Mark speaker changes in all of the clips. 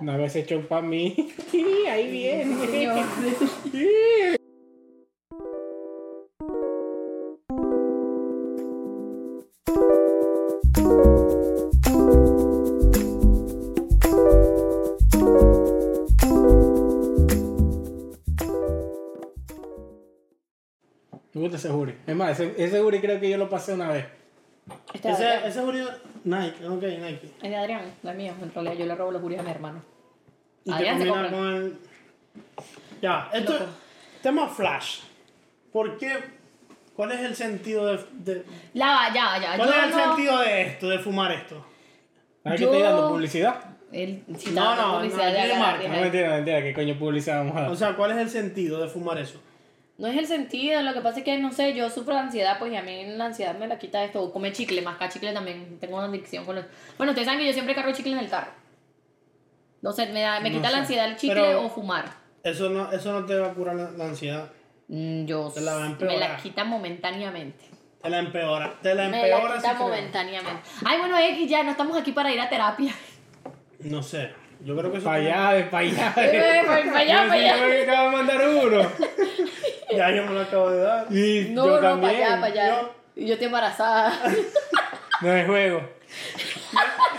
Speaker 1: No habías hecho para mí. Ahí viene. Me gusta ese Juri. Es más, ese, ese Juri creo que yo lo pasé una vez.
Speaker 2: Este es de
Speaker 3: Ese,
Speaker 2: Adrián.
Speaker 3: ese judío- Nike, ok, Nike.
Speaker 2: Es de Adrián, la mía. En realidad yo le robo los juríos a mi hermano.
Speaker 3: Y te
Speaker 2: Adrián Ah, se
Speaker 3: combina
Speaker 2: compra.
Speaker 3: con el. Ya, esto
Speaker 2: Loco.
Speaker 3: Tema Flash. ¿Por qué? ¿Cuál es el sentido de. de-
Speaker 2: La, ya, ya.
Speaker 3: ¿Cuál
Speaker 2: yo
Speaker 3: es el
Speaker 2: no-
Speaker 3: sentido de esto, de fumar esto?
Speaker 1: A ver
Speaker 2: Yo- Eh,
Speaker 1: que estoy dando publicidad.
Speaker 2: Él, si
Speaker 3: No,
Speaker 2: estaba
Speaker 3: no,
Speaker 2: con
Speaker 3: no,
Speaker 2: publicidad de
Speaker 3: tiene
Speaker 2: Adrián,
Speaker 3: marca,
Speaker 1: No
Speaker 2: Adrián.
Speaker 1: mentira, mentira, que coño publicidad vamos a dar?
Speaker 3: O sea, ¿cuál es el sentido de fumar eso?
Speaker 2: No es el sentido, lo que pasa es que no sé, yo sufro de ansiedad, pues y a mí la ansiedad me la quita esto. O come chicle, masca chicle también. Tengo una adicción con los. Bueno, ustedes saben que yo siempre cargo chicle en el carro. No sé, me, da- me
Speaker 1: No
Speaker 2: quita la
Speaker 1: sé,
Speaker 2: ansiedad el chicle
Speaker 3: pero-
Speaker 2: o fumar.
Speaker 3: Eso no, eso no te va a curar la, la ansiedad.
Speaker 2: Mm, Yo
Speaker 3: Te la va a
Speaker 2: me la
Speaker 3: empeorar.
Speaker 2: quita momentáneamente.
Speaker 3: Te la empeora. Te la
Speaker 2: Me la
Speaker 3: empeora
Speaker 2: quita
Speaker 3: sí creo.
Speaker 2: momentáneamente. Ay, bueno, X, ya no estamos aquí para ir a terapia.
Speaker 3: No sé. Yo creo que eso.
Speaker 1: Para allá, de para allá.
Speaker 2: Eh, pa' allá, pa' allá.
Speaker 1: Yo acabo de mandar uno.
Speaker 3: Ya yo me lo acabo de dar.
Speaker 1: Y
Speaker 2: No,
Speaker 1: yo
Speaker 2: no, para
Speaker 1: también.
Speaker 2: allá, para allá. Y yo estoy embarazada.
Speaker 1: No es juego.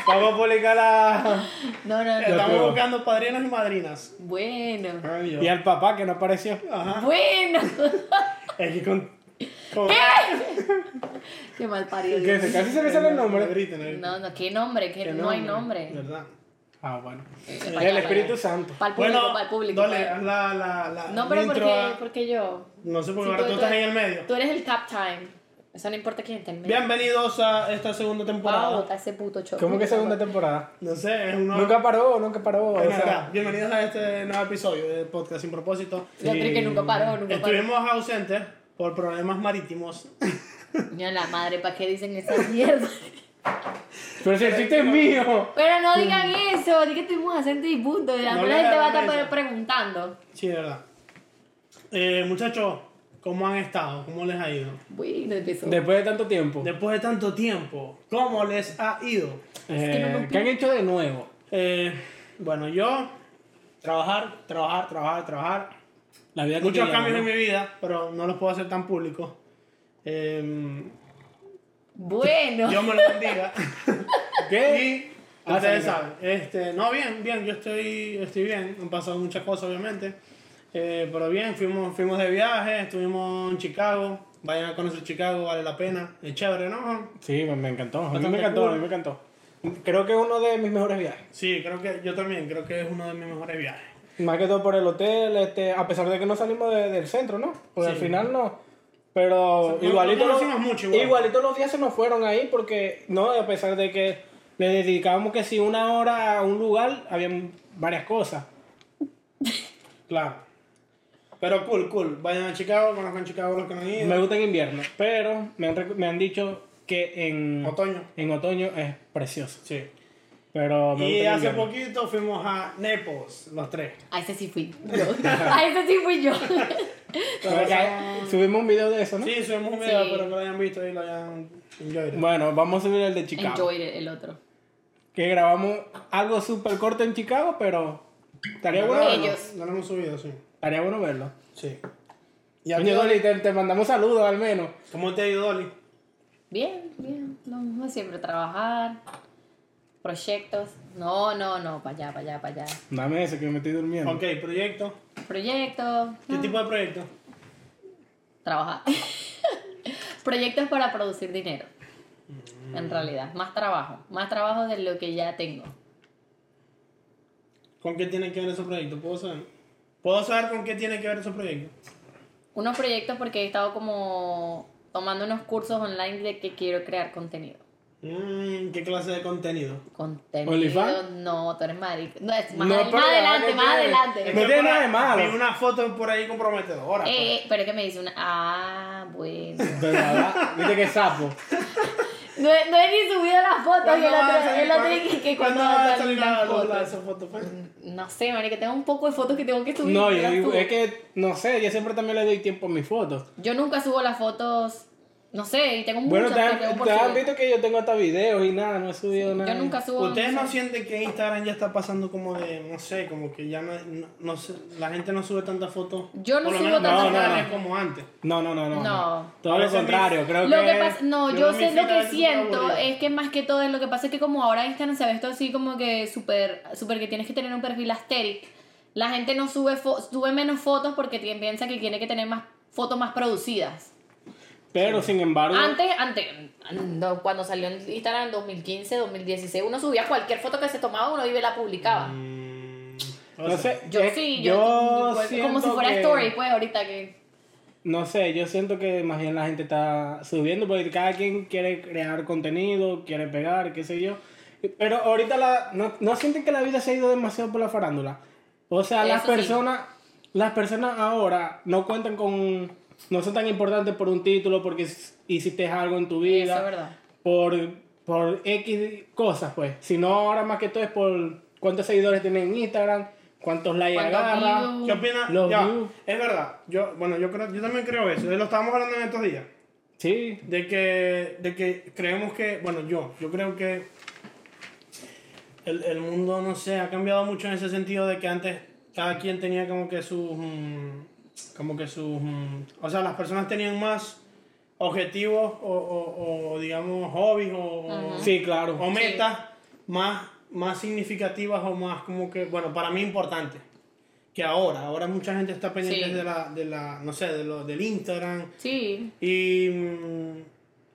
Speaker 1: Vamos a publicar la...
Speaker 2: No, no, no.
Speaker 3: Estamos
Speaker 1: creo.
Speaker 3: buscando padrinos y madrinas.
Speaker 2: Bueno.
Speaker 3: Ay, Dios.
Speaker 1: Y al papá que no apareció.
Speaker 3: Ajá.
Speaker 2: Bueno.
Speaker 3: Es que con. con-
Speaker 2: Qué mal parido.
Speaker 1: Que se- casi se me sale el
Speaker 3: No
Speaker 1: nombre.
Speaker 3: griten, no griten.
Speaker 2: No, no, qué nombre, que
Speaker 3: Qué
Speaker 2: no hay nombre.
Speaker 3: ¿Verdad?
Speaker 1: Ah, bueno.
Speaker 2: Eh, para
Speaker 1: El
Speaker 2: allá,
Speaker 1: Espíritu
Speaker 2: para allá.
Speaker 1: Santo.
Speaker 2: Para el público,
Speaker 3: bueno,
Speaker 2: para el público.
Speaker 3: Dale,
Speaker 2: para-
Speaker 3: haz la, la, la.
Speaker 2: No, pero
Speaker 3: la
Speaker 2: porque,
Speaker 3: intro a-
Speaker 2: porque yo.
Speaker 3: No sé por qué
Speaker 2: Sí,
Speaker 3: ahora tú estás en el medio.
Speaker 2: Tú eres el cap time. Eso no importa quién esté en medio.
Speaker 3: Bienvenidos a esta segunda temporada.
Speaker 2: Wow, está ese puto choque.
Speaker 1: ¿Cómo que segunda temporada?
Speaker 3: No sé, es una.
Speaker 1: Nunca paró, nunca paró. o
Speaker 3: es
Speaker 1: sea,
Speaker 3: nada. Bienvenidos a este nuevo episodio de Podcast Sin Propósito.
Speaker 2: La tri que nunca paró, nunca paró.
Speaker 3: Estuvimos ausentes por problemas marítimos.
Speaker 2: Niño, la madre, ¿para qué dicen esa mierda?
Speaker 1: Pero si el chiste es mío.
Speaker 2: Pero no digan eso, di que estuvimos haciendo y punto. La
Speaker 3: No
Speaker 2: pura
Speaker 3: le
Speaker 2: gente va a
Speaker 3: hagan
Speaker 2: estar
Speaker 3: eso.
Speaker 2: preguntando.
Speaker 3: sí, de verdad. Eh, muchachos, ¿cómo han estado? ¿Cómo les ha ido?
Speaker 2: Bueno, empezó.
Speaker 1: Después de tanto tiempo. Eh,
Speaker 3: Después de tanto tiempo, ¿cómo les ha ido?
Speaker 2: que no
Speaker 1: Eh,
Speaker 2: lo
Speaker 1: ¿Qué han hecho de nuevo?
Speaker 3: Eh, bueno, yo trabajar, trabajar, trabajar, trabajar.
Speaker 1: La vida
Speaker 3: Muchos
Speaker 1: cotidiana,
Speaker 3: cambios en
Speaker 1: ¿no?
Speaker 3: mi vida, pero no los puedo hacer tan públicos. Em,
Speaker 2: Bueno.
Speaker 3: Dios me lo bendiga.
Speaker 1: ¿Qué?
Speaker 3: y
Speaker 1: Ah,
Speaker 3: ustedes
Speaker 1: señor.
Speaker 3: saben, este, no, bien, bien, yo estoy, estoy bien. Han pasado muchas cosas, obviamente. Eh, pero bien, fuimos, fuimos de viaje, estuvimos en Chicago. Vayan a conocer Chicago, vale la pena. Es chévere, ¿no?
Speaker 1: Sí, me, me encantó. A mí
Speaker 3: Bastante
Speaker 1: me encantó,
Speaker 3: cool.
Speaker 1: a mí me encantó. Creo que es uno de mis mejores viajes.
Speaker 3: Sí, creo que yo también, creo que es uno de mis mejores viajes.
Speaker 1: Más que todo por el hotel, este, a pesar de que no salimos de- del centro, ¿no? Porque
Speaker 3: Sí.
Speaker 1: al final no. Pero
Speaker 3: O sea, no-
Speaker 1: igualito,
Speaker 3: no
Speaker 1: los-
Speaker 3: conocimos mucho igual.
Speaker 1: igualito los días se nos fueron ahí porque, no, a pesar de que le dedicábamos que si una hora a un lugar, había varias cosas.
Speaker 3: Claro. Pero cool, cool. Vayan a Chicago, conozcan Chicago los que no han ido.
Speaker 1: Me gusta en invierno, pero me han, rec- me han dicho que en
Speaker 3: Otoño.
Speaker 1: en otoño es precioso.
Speaker 3: Sí.
Speaker 1: Pero me gusta
Speaker 3: Y
Speaker 1: en
Speaker 3: hace
Speaker 1: invierno.
Speaker 3: poquito fuimos a Naples, los tres.
Speaker 2: A ese sí fui yo. A ese sí fui yo.
Speaker 3: Pero
Speaker 1: Porque
Speaker 3: son-
Speaker 1: Subimos un video de eso, ¿no?
Speaker 3: Sí, subimos un video,
Speaker 2: Sí.
Speaker 3: pero que lo hayan visto y lo hayan enjoyed.
Speaker 1: Bueno, vamos a subir el de Chicago.
Speaker 2: Enjoy el- el otro.
Speaker 1: Que grabamos algo súper corto en Chicago, pero estaría bueno,
Speaker 3: No,
Speaker 1: verlo.
Speaker 2: Ellos.
Speaker 3: No lo hemos subido, sí.
Speaker 1: estaría bueno verlo.
Speaker 3: Sí. ¿Y a ti,
Speaker 1: Coño,
Speaker 3: Dolly?
Speaker 1: Dolly, te, te mandamos saludos al menos.
Speaker 3: ¿Cómo te ha ido, Dolly?
Speaker 2: Bien, bien, lo mismo siempre, trabajar, proyectos. No, no, no, para allá, para allá, para allá.
Speaker 1: Dame eso, que me estoy durmiendo.
Speaker 3: Ok, proyecto.
Speaker 2: Proyectos,
Speaker 3: ¿Qué tipo de proyecto?
Speaker 2: trabajar. proyectos para producir dinero, en realidad. Más trabajo, más trabajo de lo que ya tengo.
Speaker 3: ¿Con qué tiene que ver ese proyecto? ¿Puedo saber? ¿Puedo saber con qué tiene que ver ese proyecto?
Speaker 2: Unos proyectos porque he estado como tomando unos cursos online de que quiero crear contenido.
Speaker 3: Mm, ¿Qué clase de contenido?
Speaker 2: Contenido,
Speaker 1: ¿OnlyFans?
Speaker 2: no, tú eres marica. No, es más,
Speaker 1: No,
Speaker 2: más
Speaker 1: pero ya,
Speaker 2: adelante,
Speaker 1: ¿qué
Speaker 2: más
Speaker 1: tiene?
Speaker 2: adelante.
Speaker 1: No
Speaker 3: que
Speaker 1: tiene
Speaker 3: por
Speaker 1: nada de
Speaker 3: ahí-
Speaker 1: malo.
Speaker 3: Vi una foto por ahí comprometedora. pues.
Speaker 2: Eh, eh, pero es que me dice una. Ah, bueno.
Speaker 1: De verdad, viste que sapo.
Speaker 2: No, he- no he ni subido la foto y
Speaker 3: ¿Cuándo
Speaker 2: el
Speaker 3: va a
Speaker 2: otro,
Speaker 3: salir-
Speaker 2: el otro
Speaker 3: cuándo-
Speaker 2: que, que
Speaker 3: ¿Cuándo
Speaker 2: cuando
Speaker 3: va a
Speaker 2: salen
Speaker 3: salir
Speaker 2: las
Speaker 3: la, la, la-
Speaker 2: fotos.
Speaker 3: esa foto? pues?
Speaker 2: No sé, marica, tengo un poco de fotos que tengo que subir.
Speaker 1: No,
Speaker 2: y
Speaker 1: yo,
Speaker 2: las
Speaker 1: digo,
Speaker 2: subo.
Speaker 1: es que, no sé, yo siempre también le doy tiempo a mis fotos.
Speaker 2: Yo nunca subo las fotos No sé, y tengo
Speaker 1: Bueno,
Speaker 2: muchas
Speaker 1: te
Speaker 2: que tengo
Speaker 1: han,
Speaker 2: por
Speaker 1: te han
Speaker 2: subir.
Speaker 1: visto que yo tengo hasta videos y nada, no he subido nada.
Speaker 2: Yo nunca subo.
Speaker 3: ¿Ustedes
Speaker 2: no
Speaker 3: no
Speaker 2: sé.
Speaker 3: sienten que Instagram ya está pasando como de, no sé, como que ya no, no- no sé, la gente no sube tantas fotos?
Speaker 2: Yo no
Speaker 3: por lo
Speaker 2: subo
Speaker 3: menos
Speaker 2: tantas
Speaker 3: no, no,
Speaker 1: fotos.
Speaker 3: no, como antes.
Speaker 1: No, no, no, no.
Speaker 2: No.
Speaker 1: Todo lo contrario, creo
Speaker 2: Lo
Speaker 1: que.
Speaker 2: que pasa, no,
Speaker 3: yo
Speaker 2: yo
Speaker 3: mi
Speaker 2: sé
Speaker 3: feed
Speaker 2: lo
Speaker 3: a
Speaker 2: que
Speaker 3: veces me
Speaker 2: siento
Speaker 3: aburre.
Speaker 2: es que más que todo, lo que pasa es que como ahora Instagram se ve esto así como que súper, súper que tienes que tener un perfil asteric, la gente no sube, fo- sube menos fotos porque ti- piensa que tiene que tener más fotos más producidas.
Speaker 1: Pero sin embargo.
Speaker 2: Antes, antes, no, cuando salió el Instagram en 2015, 2016, uno subía cualquier foto que se tomaba, uno iba y la publicaba.
Speaker 3: Mm, no
Speaker 1: No
Speaker 3: sé.
Speaker 1: sé,
Speaker 2: Yo
Speaker 1: eh,
Speaker 2: sí,
Speaker 1: yo
Speaker 2: yo, como si
Speaker 1: siento
Speaker 2: fuera
Speaker 1: que-
Speaker 2: story, pues ahorita que...
Speaker 1: No sé, yo siento que más bien la gente está subiendo porque cada quien quiere crear contenido, quiere pegar, qué sé yo. Pero ahorita la, no, no sienten que la vida se ha ido demasiado por la farándula. O sea, las
Speaker 2: Eso sí.
Speaker 1: personas, las personas ahora no cuentan con, no son tan importantes por un título, porque s- hiciste algo en tu vida
Speaker 2: Eso es verdad.
Speaker 1: por, por X cosas, pues. Sino ahora más que todo es por cuántos seguidores tienen en Instagram, cuántos likes
Speaker 2: Cuántos
Speaker 1: agarra.
Speaker 2: views.
Speaker 3: ¿Qué opinas?
Speaker 1: Los
Speaker 3: Ya,
Speaker 1: views.
Speaker 3: es verdad. Yo, bueno, yo creo, yo también creo eso. Lo estábamos hablando en estos días.
Speaker 1: Sí,
Speaker 3: De que, de que creemos que, bueno, yo, yo creo que el, el mundo, no sé, ha cambiado mucho en ese sentido de que antes cada quien tenía como que sus, mm, como que sus, mm, o sea, las personas tenían más objetivos o, o- o, digamos, hobbies o, o-
Speaker 1: sí, claro.
Speaker 3: o metas más, más significativas o más como que, bueno, para mí importantes. Que ahora, ahora mucha gente está pendiente
Speaker 2: Sí.
Speaker 3: de, la, de la, no sé, de lo, del Instagram,
Speaker 2: Sí,
Speaker 3: y, mm,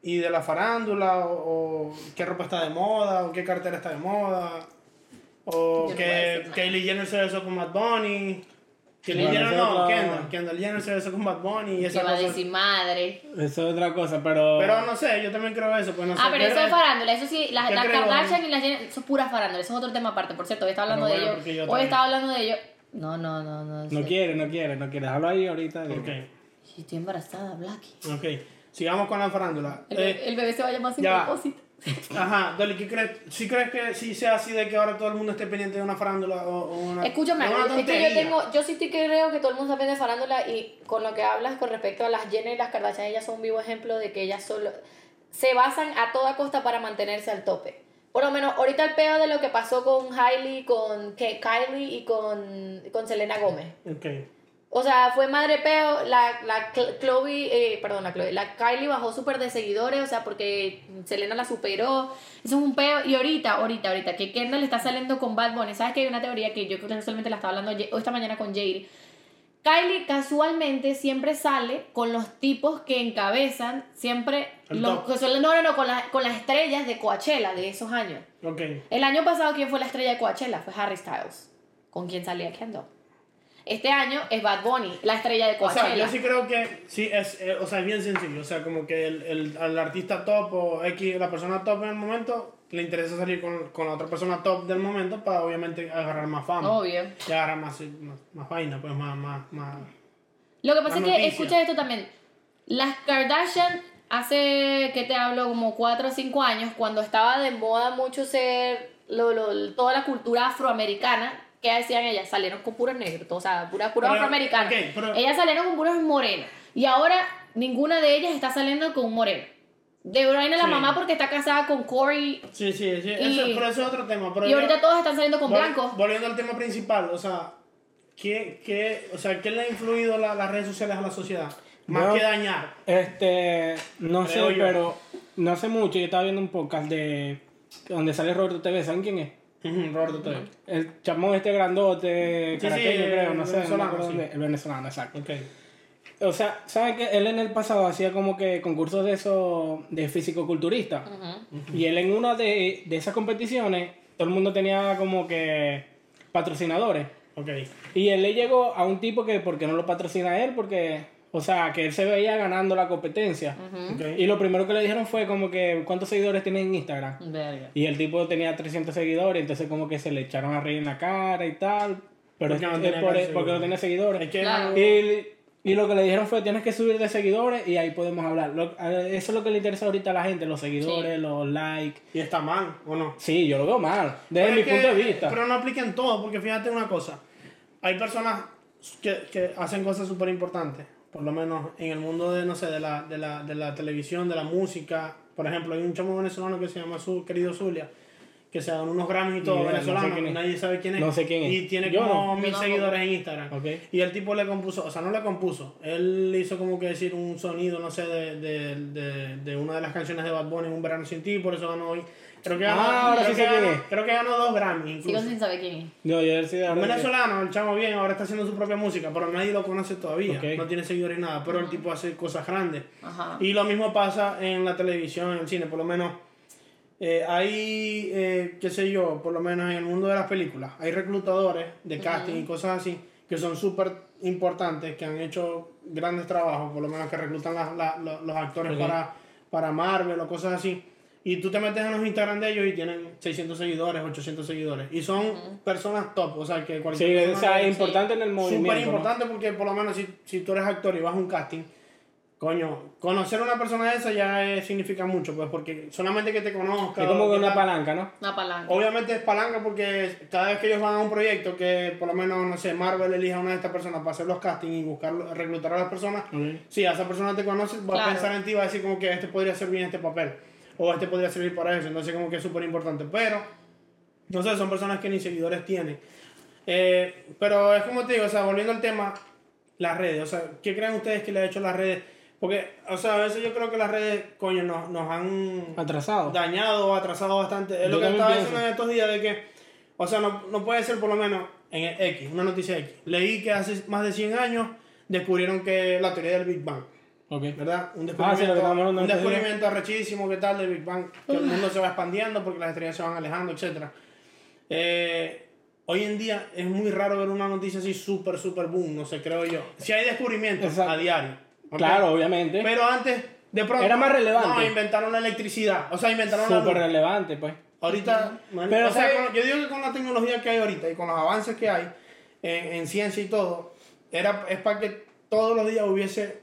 Speaker 3: y de la farándula, o, o qué ropa está de moda, o qué cartera está de moda,
Speaker 2: Yo
Speaker 3: o
Speaker 2: no voy a decir
Speaker 3: que
Speaker 2: nada.
Speaker 3: Kylie Jenner se besó con Bad Bunny. Kylie
Speaker 1: Bueno,
Speaker 3: Jenner
Speaker 1: esa
Speaker 3: no,
Speaker 1: otra-
Speaker 3: Kendall. Kendall Jenner se besó con Bad Bunny y
Speaker 2: que
Speaker 3: esa
Speaker 2: va a
Speaker 3: cosa.
Speaker 2: decir madre.
Speaker 1: Eso es otra cosa, pero.
Speaker 3: Pero no sé, yo también creo eso. Pues no sé,
Speaker 2: Ah, pero eso
Speaker 3: creo-
Speaker 2: es farándula, eso sí, las,
Speaker 3: yo
Speaker 2: las
Speaker 3: creo-
Speaker 2: Kardashian y las Jenner, eso es pura farándula, eso es otro tema aparte, por cierto, hoy estaba hablando
Speaker 3: Pero Ah, bueno,
Speaker 2: de
Speaker 3: porque yo
Speaker 2: ellos, hoy
Speaker 3: también.
Speaker 2: estaba hablando de ellos, no, no, no, no,
Speaker 1: No
Speaker 2: sé.
Speaker 1: quiere, no quiere, no quiere. Déjalo ahí ahorita.
Speaker 2: Y Estoy embarazada, Blackie,
Speaker 3: Ok, ok. Sigamos con la farándula.
Speaker 2: el,
Speaker 3: Eh,
Speaker 2: bebé- el bebé se va a llamar sin
Speaker 3: ya va.
Speaker 2: propósito,
Speaker 3: Ajá, Dolly, ¿qué crees? ¿Sí crees que sí sea así de que ahora todo el mundo esté pendiente de una farándula o, o una.
Speaker 2: escúchame,
Speaker 3: de una
Speaker 2: es que yo
Speaker 3: tontería?
Speaker 2: tengo, yo sí te creo que todo el mundo sabe de farándula y con lo que hablas con respecto a las Jenner y las Kardashian, ellas son un vivo ejemplo de que ellas solo, se basan a toda costa para mantenerse al tope. Por lo menos, ahorita el peo de lo que pasó con Hailey, con Ke- Kylie y con, con Selena Gómez.
Speaker 3: Ok.
Speaker 2: O sea, fue madre peo, la, la Cl- Chloe, eh, perdón, la Chloe, la Kylie bajó súper de seguidores, o sea, porque Selena la superó, eso es un peo, y ahorita, ahorita, ahorita, que Kendall está saliendo con Bad Bunny, ¿sabes que hay una teoría que yo creo que solamente la estaba hablando ye- hoy esta mañana con Jade? Kylie casualmente siempre sale con los tipos que encabezan siempre,
Speaker 3: El
Speaker 2: los,
Speaker 3: top.
Speaker 2: que son- no, no, no, con, las- con las estrellas de Coachella de esos años.
Speaker 3: Ok.
Speaker 2: El año pasado, ¿quién fue la estrella de Coachella? Fue Harry Styles. ¿Con quién salía Kendall? Este año es Bad Bunny, la estrella de
Speaker 3: O sea,
Speaker 2: Coachella.
Speaker 3: yo sí creo que sí es, eh, o sea, es bien sencillo. O sea, como que el, el, al artista top o X, la persona top en el momento, le interesa salir con, con la otra persona top del momento para obviamente agarrar más fama.
Speaker 2: Obvio.
Speaker 3: Y agarrar más, más, más vaina, pues más, más, más.
Speaker 2: Lo que pasa es
Speaker 3: La
Speaker 2: que,
Speaker 3: noticia.
Speaker 2: escucha esto también. Las Kardashian, hace que te hablo como 4 o 5 años, cuando estaba de moda mucho ser lo- lo- toda la cultura afroamericana, ¿qué hacían ellas? Salieron con puros negros, o sea, pura, puro
Speaker 3: Pero,
Speaker 2: afroamericano.
Speaker 3: ok, pero-
Speaker 2: Ellas salieron con puros morenos. Y ahora ninguna de ellas está saliendo con un moreno. De Bruyne la
Speaker 3: Sí.
Speaker 2: mamá porque está casada con Corey
Speaker 3: Sí, sí, sí. Eso,
Speaker 2: Y-
Speaker 3: pero eso es otro tema. Pero
Speaker 2: Y
Speaker 3: yo-
Speaker 2: ahorita todos están saliendo con
Speaker 3: vol-
Speaker 2: blancos.
Speaker 3: Volviendo al tema principal, o sea, ¿qué, qué, o sea, ¿qué le ha influido la- las redes sociales a la sociedad? Más
Speaker 1: Bueno.
Speaker 3: que dañar.
Speaker 1: Este. No
Speaker 3: Creo
Speaker 1: sé,
Speaker 3: yo.
Speaker 1: pero. No hace mucho yo estaba viendo un podcast de. Donde sale Roberto TV. ¿Saben quién es?
Speaker 3: Ujú, Roberto, todavía.
Speaker 1: El chamón este grandote.
Speaker 3: Sí, sí,
Speaker 1: caraqueño,
Speaker 3: el
Speaker 1: creo. No sé. no me
Speaker 3: venezolano,
Speaker 1: acuerdo
Speaker 3: sí.
Speaker 1: dónde- El venezolano, exacto.
Speaker 3: Ok.
Speaker 1: O sea, ¿saben que él en el pasado hacía como que concursos de eso. De físico-culturista. Y él en una de, de esas competiciones. Todo el mundo tenía como que. Patrocinadores.
Speaker 3: Ok.
Speaker 1: Y él le llegó a un tipo que, ¿por qué no lo patrocina él? Porque, o sea, que él se veía ganando la competencia.
Speaker 3: ok.
Speaker 1: Y lo primero que le dijeron fue como que, ¿cuántos seguidores tienes en Instagram?
Speaker 2: Verga.
Speaker 1: Y el tipo tenía 300 seguidores, entonces como que se le echaron a reír en la cara y tal. Pero
Speaker 3: Porque
Speaker 1: es-
Speaker 3: no
Speaker 1: es
Speaker 3: tenía
Speaker 1: por- e,
Speaker 3: casi
Speaker 1: porque no tenía seguidores.
Speaker 3: Es que
Speaker 2: Claro.
Speaker 1: Y, y lo que le dijeron fue, tienes que subir de seguidores y ahí podemos hablar. Lo- a- eso es lo que le interesa ahorita a la gente, los seguidores, los likes.
Speaker 3: Y está mal, ¿o no?
Speaker 1: Sí, yo lo veo mal, desde
Speaker 3: Pero
Speaker 1: mi
Speaker 3: es que-
Speaker 1: punto de vista.
Speaker 3: Pero no apliquen todo, porque fíjate una cosa. Hay personas que, que hacen cosas súper importantes. por lo menos en el mundo de, no sé, de la, de la, de la televisión, de la música. Por ejemplo, hay un chamo venezolano que se llama su querido Zulia, que se dan unos Grammys y todo,
Speaker 1: Ni idea, no sé
Speaker 3: venezolano,
Speaker 1: quién es.
Speaker 3: nadie sabe quién es.
Speaker 1: No sé quién es.
Speaker 3: Y tiene
Speaker 1: Yo
Speaker 3: como
Speaker 1: no.
Speaker 3: mil
Speaker 2: Yo tampoco.
Speaker 3: seguidores en Instagram.
Speaker 1: Ok.
Speaker 3: Y el tipo le compuso, o sea, no le compuso, él hizo como que decir un sonido, no sé, de, de, de, de una de las canciones de Bad Bunny, Un verano sin ti, por eso ganó hoy. Creo que
Speaker 1: Ah,
Speaker 3: ganó,
Speaker 1: ahora
Speaker 3: creo
Speaker 1: sí
Speaker 3: que
Speaker 1: sé quién
Speaker 3: ganó-
Speaker 1: es.
Speaker 3: creo que ganó dos Grammys incluso.
Speaker 2: Sigo sin saber quién es.
Speaker 1: No, yo sí de
Speaker 3: Un
Speaker 1: verdad que-
Speaker 3: venezolano, el chamo bien, ahora está haciendo su propia música, pero nadie lo conoce todavía.
Speaker 1: Ok.
Speaker 3: No tiene seguidores ni nada, pero el tipo hace cosas grandes.
Speaker 2: Ajá.
Speaker 3: Y lo mismo pasa en la televisión, en el cine, por lo menos. eh, hay, eh, qué sé yo, por lo menos en el mundo de las películas, hay reclutadores de casting y cosas así que son súper importantes, que han hecho grandes trabajos, por lo menos que reclutan las- la- lo- los actores
Speaker 1: Ok.
Speaker 3: para, para Marvel o cosas así. Y tú te metes en los Instagram de ellos y tienen 600 seguidores, 800 seguidores. Y son personas top, o sea, que cualquier
Speaker 1: Sí, o
Speaker 3: persona
Speaker 1: sea,
Speaker 3: que-
Speaker 1: es importante en el movimiento.
Speaker 3: Súper
Speaker 1: ¿no?
Speaker 3: importante porque por lo menos si, si tú eres actor y vas a un casting, coño, conocer a una persona de esa ya eh, significa mucho, pues porque solamente que te conozca.
Speaker 1: Es como
Speaker 3: o
Speaker 1: que
Speaker 3: que
Speaker 1: una
Speaker 3: tal.
Speaker 1: palanca, ¿no?
Speaker 2: Una palanca.
Speaker 3: Obviamente es palanca porque cada vez que ellos van a un proyecto que por lo menos, no sé, Marvel elija a una de estas personas para hacer los castings y buscar, reclutar a las personas, si a esa persona te conoce, va a
Speaker 2: Claro.
Speaker 3: pensar en ti y va a decir como que este podría ser bien este papel o este podría servir para eso, entonces como que es súper importante, pero no sé, son personas que ni seguidores tienen. Eh, pero es como te digo, o sea, volviendo al tema, las redes, o sea, ¿qué creen ustedes que le ha hecho las redes? Porque, o sea, a veces yo creo que las redes, coño, nos, nos han
Speaker 1: Atrasado.
Speaker 3: dañado o atrasado bastante. Es
Speaker 1: Yo
Speaker 3: lo que
Speaker 1: también
Speaker 3: estaba
Speaker 1: pienso.
Speaker 3: diciendo en estos días de que, o sea, no, no puede ser por lo menos en el X, una noticia X. Leí que hace más de 100 años descubrieron que la teoría del Big Bang,
Speaker 1: Ok.
Speaker 3: ¿verdad? Un
Speaker 1: Ah, sí, lo que
Speaker 3: descubrimiento,
Speaker 1: estábamos hablando
Speaker 3: un
Speaker 1: estos días.
Speaker 3: descubrimiento arrechísimo que tal del Big Bang, que el mundo se va expandiendo porque las estrellas se van alejando, etc. hoy en día es muy raro ver una noticia así súper, súper boom, no sé, creo yo. Si hay descubrimientos
Speaker 1: Exacto.
Speaker 3: a diario. ¿ok?
Speaker 1: Claro, obviamente.
Speaker 3: Pero antes, de pronto.
Speaker 1: Era más relevante.
Speaker 3: No, inventaron la electricidad. O sea, inventaron
Speaker 1: Súper
Speaker 3: la. luz.
Speaker 1: relevante, pues.
Speaker 3: Ahorita. man,
Speaker 1: Pero,
Speaker 3: o sea,
Speaker 1: ¿sabes?
Speaker 3: con- yo digo que con la tecnología que hay ahorita y con los avances que hay en, en ciencia y todo, era, es para que todos los días hubiese,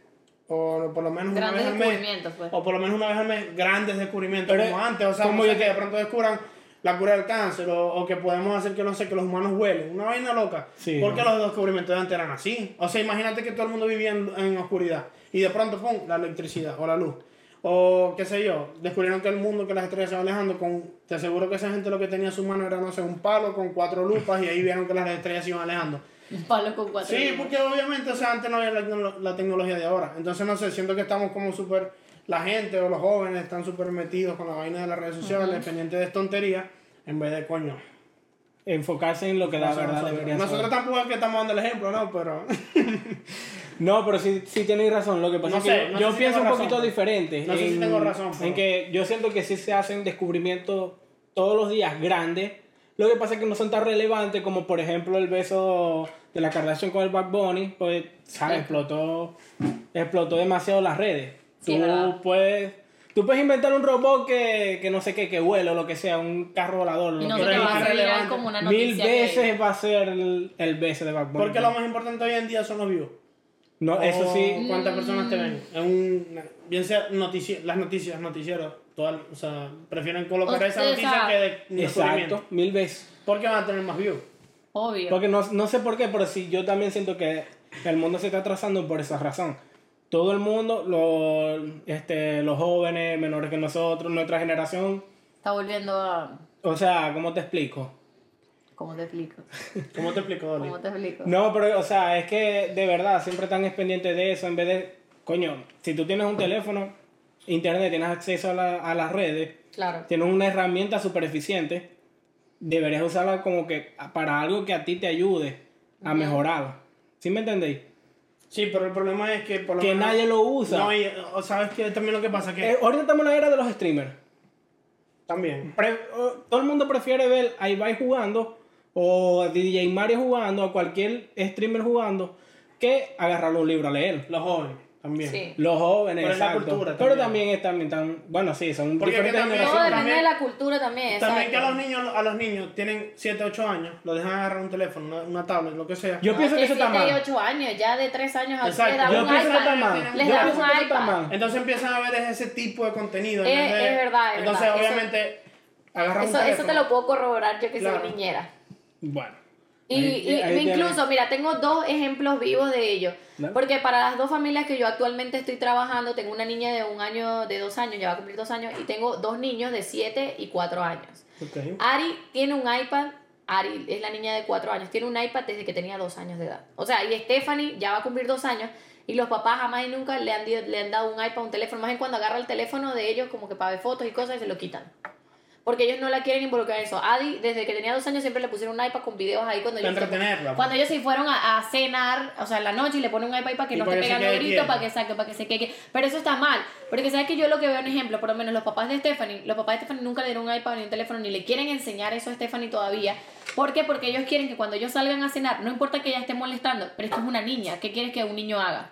Speaker 3: o por lo menos una
Speaker 2: Grandes
Speaker 3: vez al mes,
Speaker 2: descubrimientos, pues.
Speaker 3: o por lo menos una vez al mes, grandes descubrimientos
Speaker 1: Pero,
Speaker 3: como antes. O sea,
Speaker 1: ¿cómo
Speaker 3: no sé,
Speaker 1: yo
Speaker 3: que
Speaker 1: te-
Speaker 3: de pronto descubran la cura del cáncer o, o que podemos hacer que no sé, que los humanos huelen. Una vaina loca.
Speaker 1: Sí,
Speaker 3: Porque
Speaker 1: no.
Speaker 3: los descubrimientos de antes eran así. O sea, imagínate que todo el mundo vivía en, en oscuridad y de pronto, pum, la electricidad o la luz. O qué sé yo, descubrieron que el mundo, que las estrellas se van alejando, con, te aseguro que esa gente lo que tenía en su mano era, no sé, un palo con cuatro lupas y ahí vieron que las estrellas se iban alejando.
Speaker 2: Un palo con cuatro.
Speaker 3: Sí,
Speaker 2: dedos.
Speaker 3: porque obviamente, o sea, antes no había la, tecno- la tecnología de ahora. Entonces, no sé, siento que estamos como súper, la gente o los jóvenes están súper metidos con la vaina de las redes sociales, pendientes de tonterías, en vez de coño.
Speaker 1: Enfocarse en lo que la
Speaker 3: nosotros-
Speaker 1: verdad debería ser.
Speaker 3: nosotros tampoco es que estamos dando el ejemplo, ¿no? Pero...
Speaker 1: No, pero sí, sí tenéis razón. Lo que pasa
Speaker 3: No
Speaker 1: es
Speaker 3: sé,
Speaker 1: que yo,
Speaker 3: no
Speaker 1: yo
Speaker 3: sé si
Speaker 1: pienso un
Speaker 3: tengo
Speaker 1: poquito
Speaker 3: razón.
Speaker 1: diferente.
Speaker 3: No sé si tengo razón, pues. pero-
Speaker 1: En que yo siento que sí se hacen descubrimientos todos los días grandes. Lo que pasa es que no son tan relevantes como, por ejemplo, el beso de la Kardashian con el Bad Bunny. Pues, ¿sabes?
Speaker 2: Sí.
Speaker 1: Explotó, explotó demasiado las redes.
Speaker 2: Sí, es verdad.
Speaker 1: tú, puedes, tú puedes inventar un robot que, que no sé qué, que vuela o lo que sea, un carro volador. lo
Speaker 2: Y no
Speaker 1: que
Speaker 2: se te
Speaker 1: sea.
Speaker 2: va a
Speaker 3: Relevante.
Speaker 2: hacer viral como una noticia.
Speaker 1: Mil
Speaker 2: que-
Speaker 1: veces va a ser el, el beso de Bad Bunny.
Speaker 3: Porque lo más importante hoy en día son los views.
Speaker 1: No, eso
Speaker 3: O
Speaker 1: sí.
Speaker 3: ¿Cuántas personas te ven? En un, bien sea notici- las noticias, noticieros. todas- o sea, prefieren colocar
Speaker 2: O
Speaker 3: esa
Speaker 2: sea,
Speaker 3: noticia que de descubrimiento.
Speaker 1: Exacto, mil veces.
Speaker 3: Porque van a tener más views.
Speaker 2: Obvio.
Speaker 1: Porque no, no sé por qué, pero sí, yo también siento que el mundo se está atrasando por esa razón. Todo el mundo, los, este, los jóvenes, menores que nosotros, nuestra generación,
Speaker 2: Está volviendo a.
Speaker 1: o sea, ¿cómo te explico?
Speaker 2: ¿Cómo te explico?
Speaker 3: ¿Cómo te explico, Dolly?
Speaker 2: ¿Cómo te explico?
Speaker 1: No, pero, o sea, es que de verdad, siempre están es pendientes de eso, en vez de, coño, si tú tienes un teléfono, internet, tienes acceso a, la- a las redes,
Speaker 2: Claro.
Speaker 1: tienes una herramienta súper eficiente, deberías usarla como que para algo que a ti te ayude a mejorar. ¿Sí me entendéis?
Speaker 3: Sí, pero el problema es que por lo
Speaker 1: Que
Speaker 3: menos-
Speaker 1: nadie lo usa.
Speaker 3: No, y, o sabes que también lo que pasa que
Speaker 1: Eh, ahorita estamos en la era de los streamers.
Speaker 3: también.
Speaker 1: Pre- o- todo el mundo prefiere ver a Ibai jugando o a DJ Mario jugando, a cualquier streamer jugando, que agarrar un libro a leer.
Speaker 3: Los jóvenes también.
Speaker 2: Sí.
Speaker 1: Los jóvenes,
Speaker 3: Pero es la
Speaker 1: exacto.
Speaker 3: cultura
Speaker 1: Pero
Speaker 3: también.
Speaker 1: también están, están- bueno, sí, son
Speaker 3: Porque es que
Speaker 1: diferentes
Speaker 3: también-
Speaker 2: Todo
Speaker 1: generaciones.
Speaker 2: depende
Speaker 3: también-
Speaker 2: de la cultura también.
Speaker 3: También que a
Speaker 2: exacto.
Speaker 3: los niños, a los niños tienen 7, 8 años, los dejan agarrar un teléfono, una, una tablet, lo que sea.
Speaker 1: Yo
Speaker 2: No,
Speaker 1: pienso que eso está
Speaker 2: siete y
Speaker 1: mal.
Speaker 2: ocho años, ya de 3 años a
Speaker 3: Exacto.
Speaker 2: le da
Speaker 1: Yo
Speaker 2: un
Speaker 1: pienso que
Speaker 2: iPad.
Speaker 1: está mal.
Speaker 3: Les
Speaker 1: Yo pienso
Speaker 2: da un
Speaker 1: que eso está
Speaker 2: iPad.
Speaker 1: mal.
Speaker 3: Ah. Entonces empiezan a ver ese tipo de contenido. en
Speaker 2: Es-
Speaker 3: vez de-
Speaker 2: Eh, es verdad, es
Speaker 3: Entonces,
Speaker 2: verdad. Eso-
Speaker 3: obviamente, agarran un
Speaker 2: Eso, eso te
Speaker 3: teléfono.
Speaker 2: lo puedo corroborar yo que
Speaker 3: Claro.
Speaker 2: soy niñera.
Speaker 1: Bueno.
Speaker 2: Y,
Speaker 1: Ahí-
Speaker 2: y-
Speaker 1: ahí tiene.
Speaker 2: incluso, mira, tengo dos ejemplos vivos de ello.
Speaker 1: Dale.
Speaker 2: Porque para las dos familias que yo actualmente estoy trabajando, tengo una niña de un año, de dos años, ya va a cumplir dos años, y tengo dos niños de siete y cuatro años.
Speaker 1: Ok.
Speaker 2: Ari tiene un iPad. Ari es la niña de cuatro años. Tiene un iPad desde que tenía dos años de edad. O sea, y Stephanie ya va a cumplir dos años. Y los papás jamás y nunca le han, di- le han dado un iPad, un teléfono. Más en cuando agarra el teléfono de ellos, como que para ver fotos y cosas, y se lo quitan. Porque ellos no la quieren involucrar en eso. Adi, desde que tenía dos años, siempre le pusieron un iPad con videos ahí cuando
Speaker 3: Para
Speaker 2: ellos, se,
Speaker 3: entretenerla.
Speaker 2: cuando ellos se fueron a, a cenar, o sea, en la noche, y le ponen un iPad para que
Speaker 3: Y
Speaker 2: no
Speaker 3: para
Speaker 2: esté
Speaker 3: que se
Speaker 2: pegando
Speaker 3: quede
Speaker 2: gritos,
Speaker 3: quieto.
Speaker 2: para que saque, para que se quede. Pero eso está mal. Porque sabes que yo lo que veo, un ejemplo, por lo menos los papás de Stephanie, los papás de Stephanie nunca le dieron un iPad ni un teléfono, ni le quieren enseñar eso a Stephanie todavía. ¿Por qué? Porque ellos quieren que cuando ellos salgan a cenar, no importa que ella esté molestando, pero esto es una niña, ¿qué quieres que un niño haga?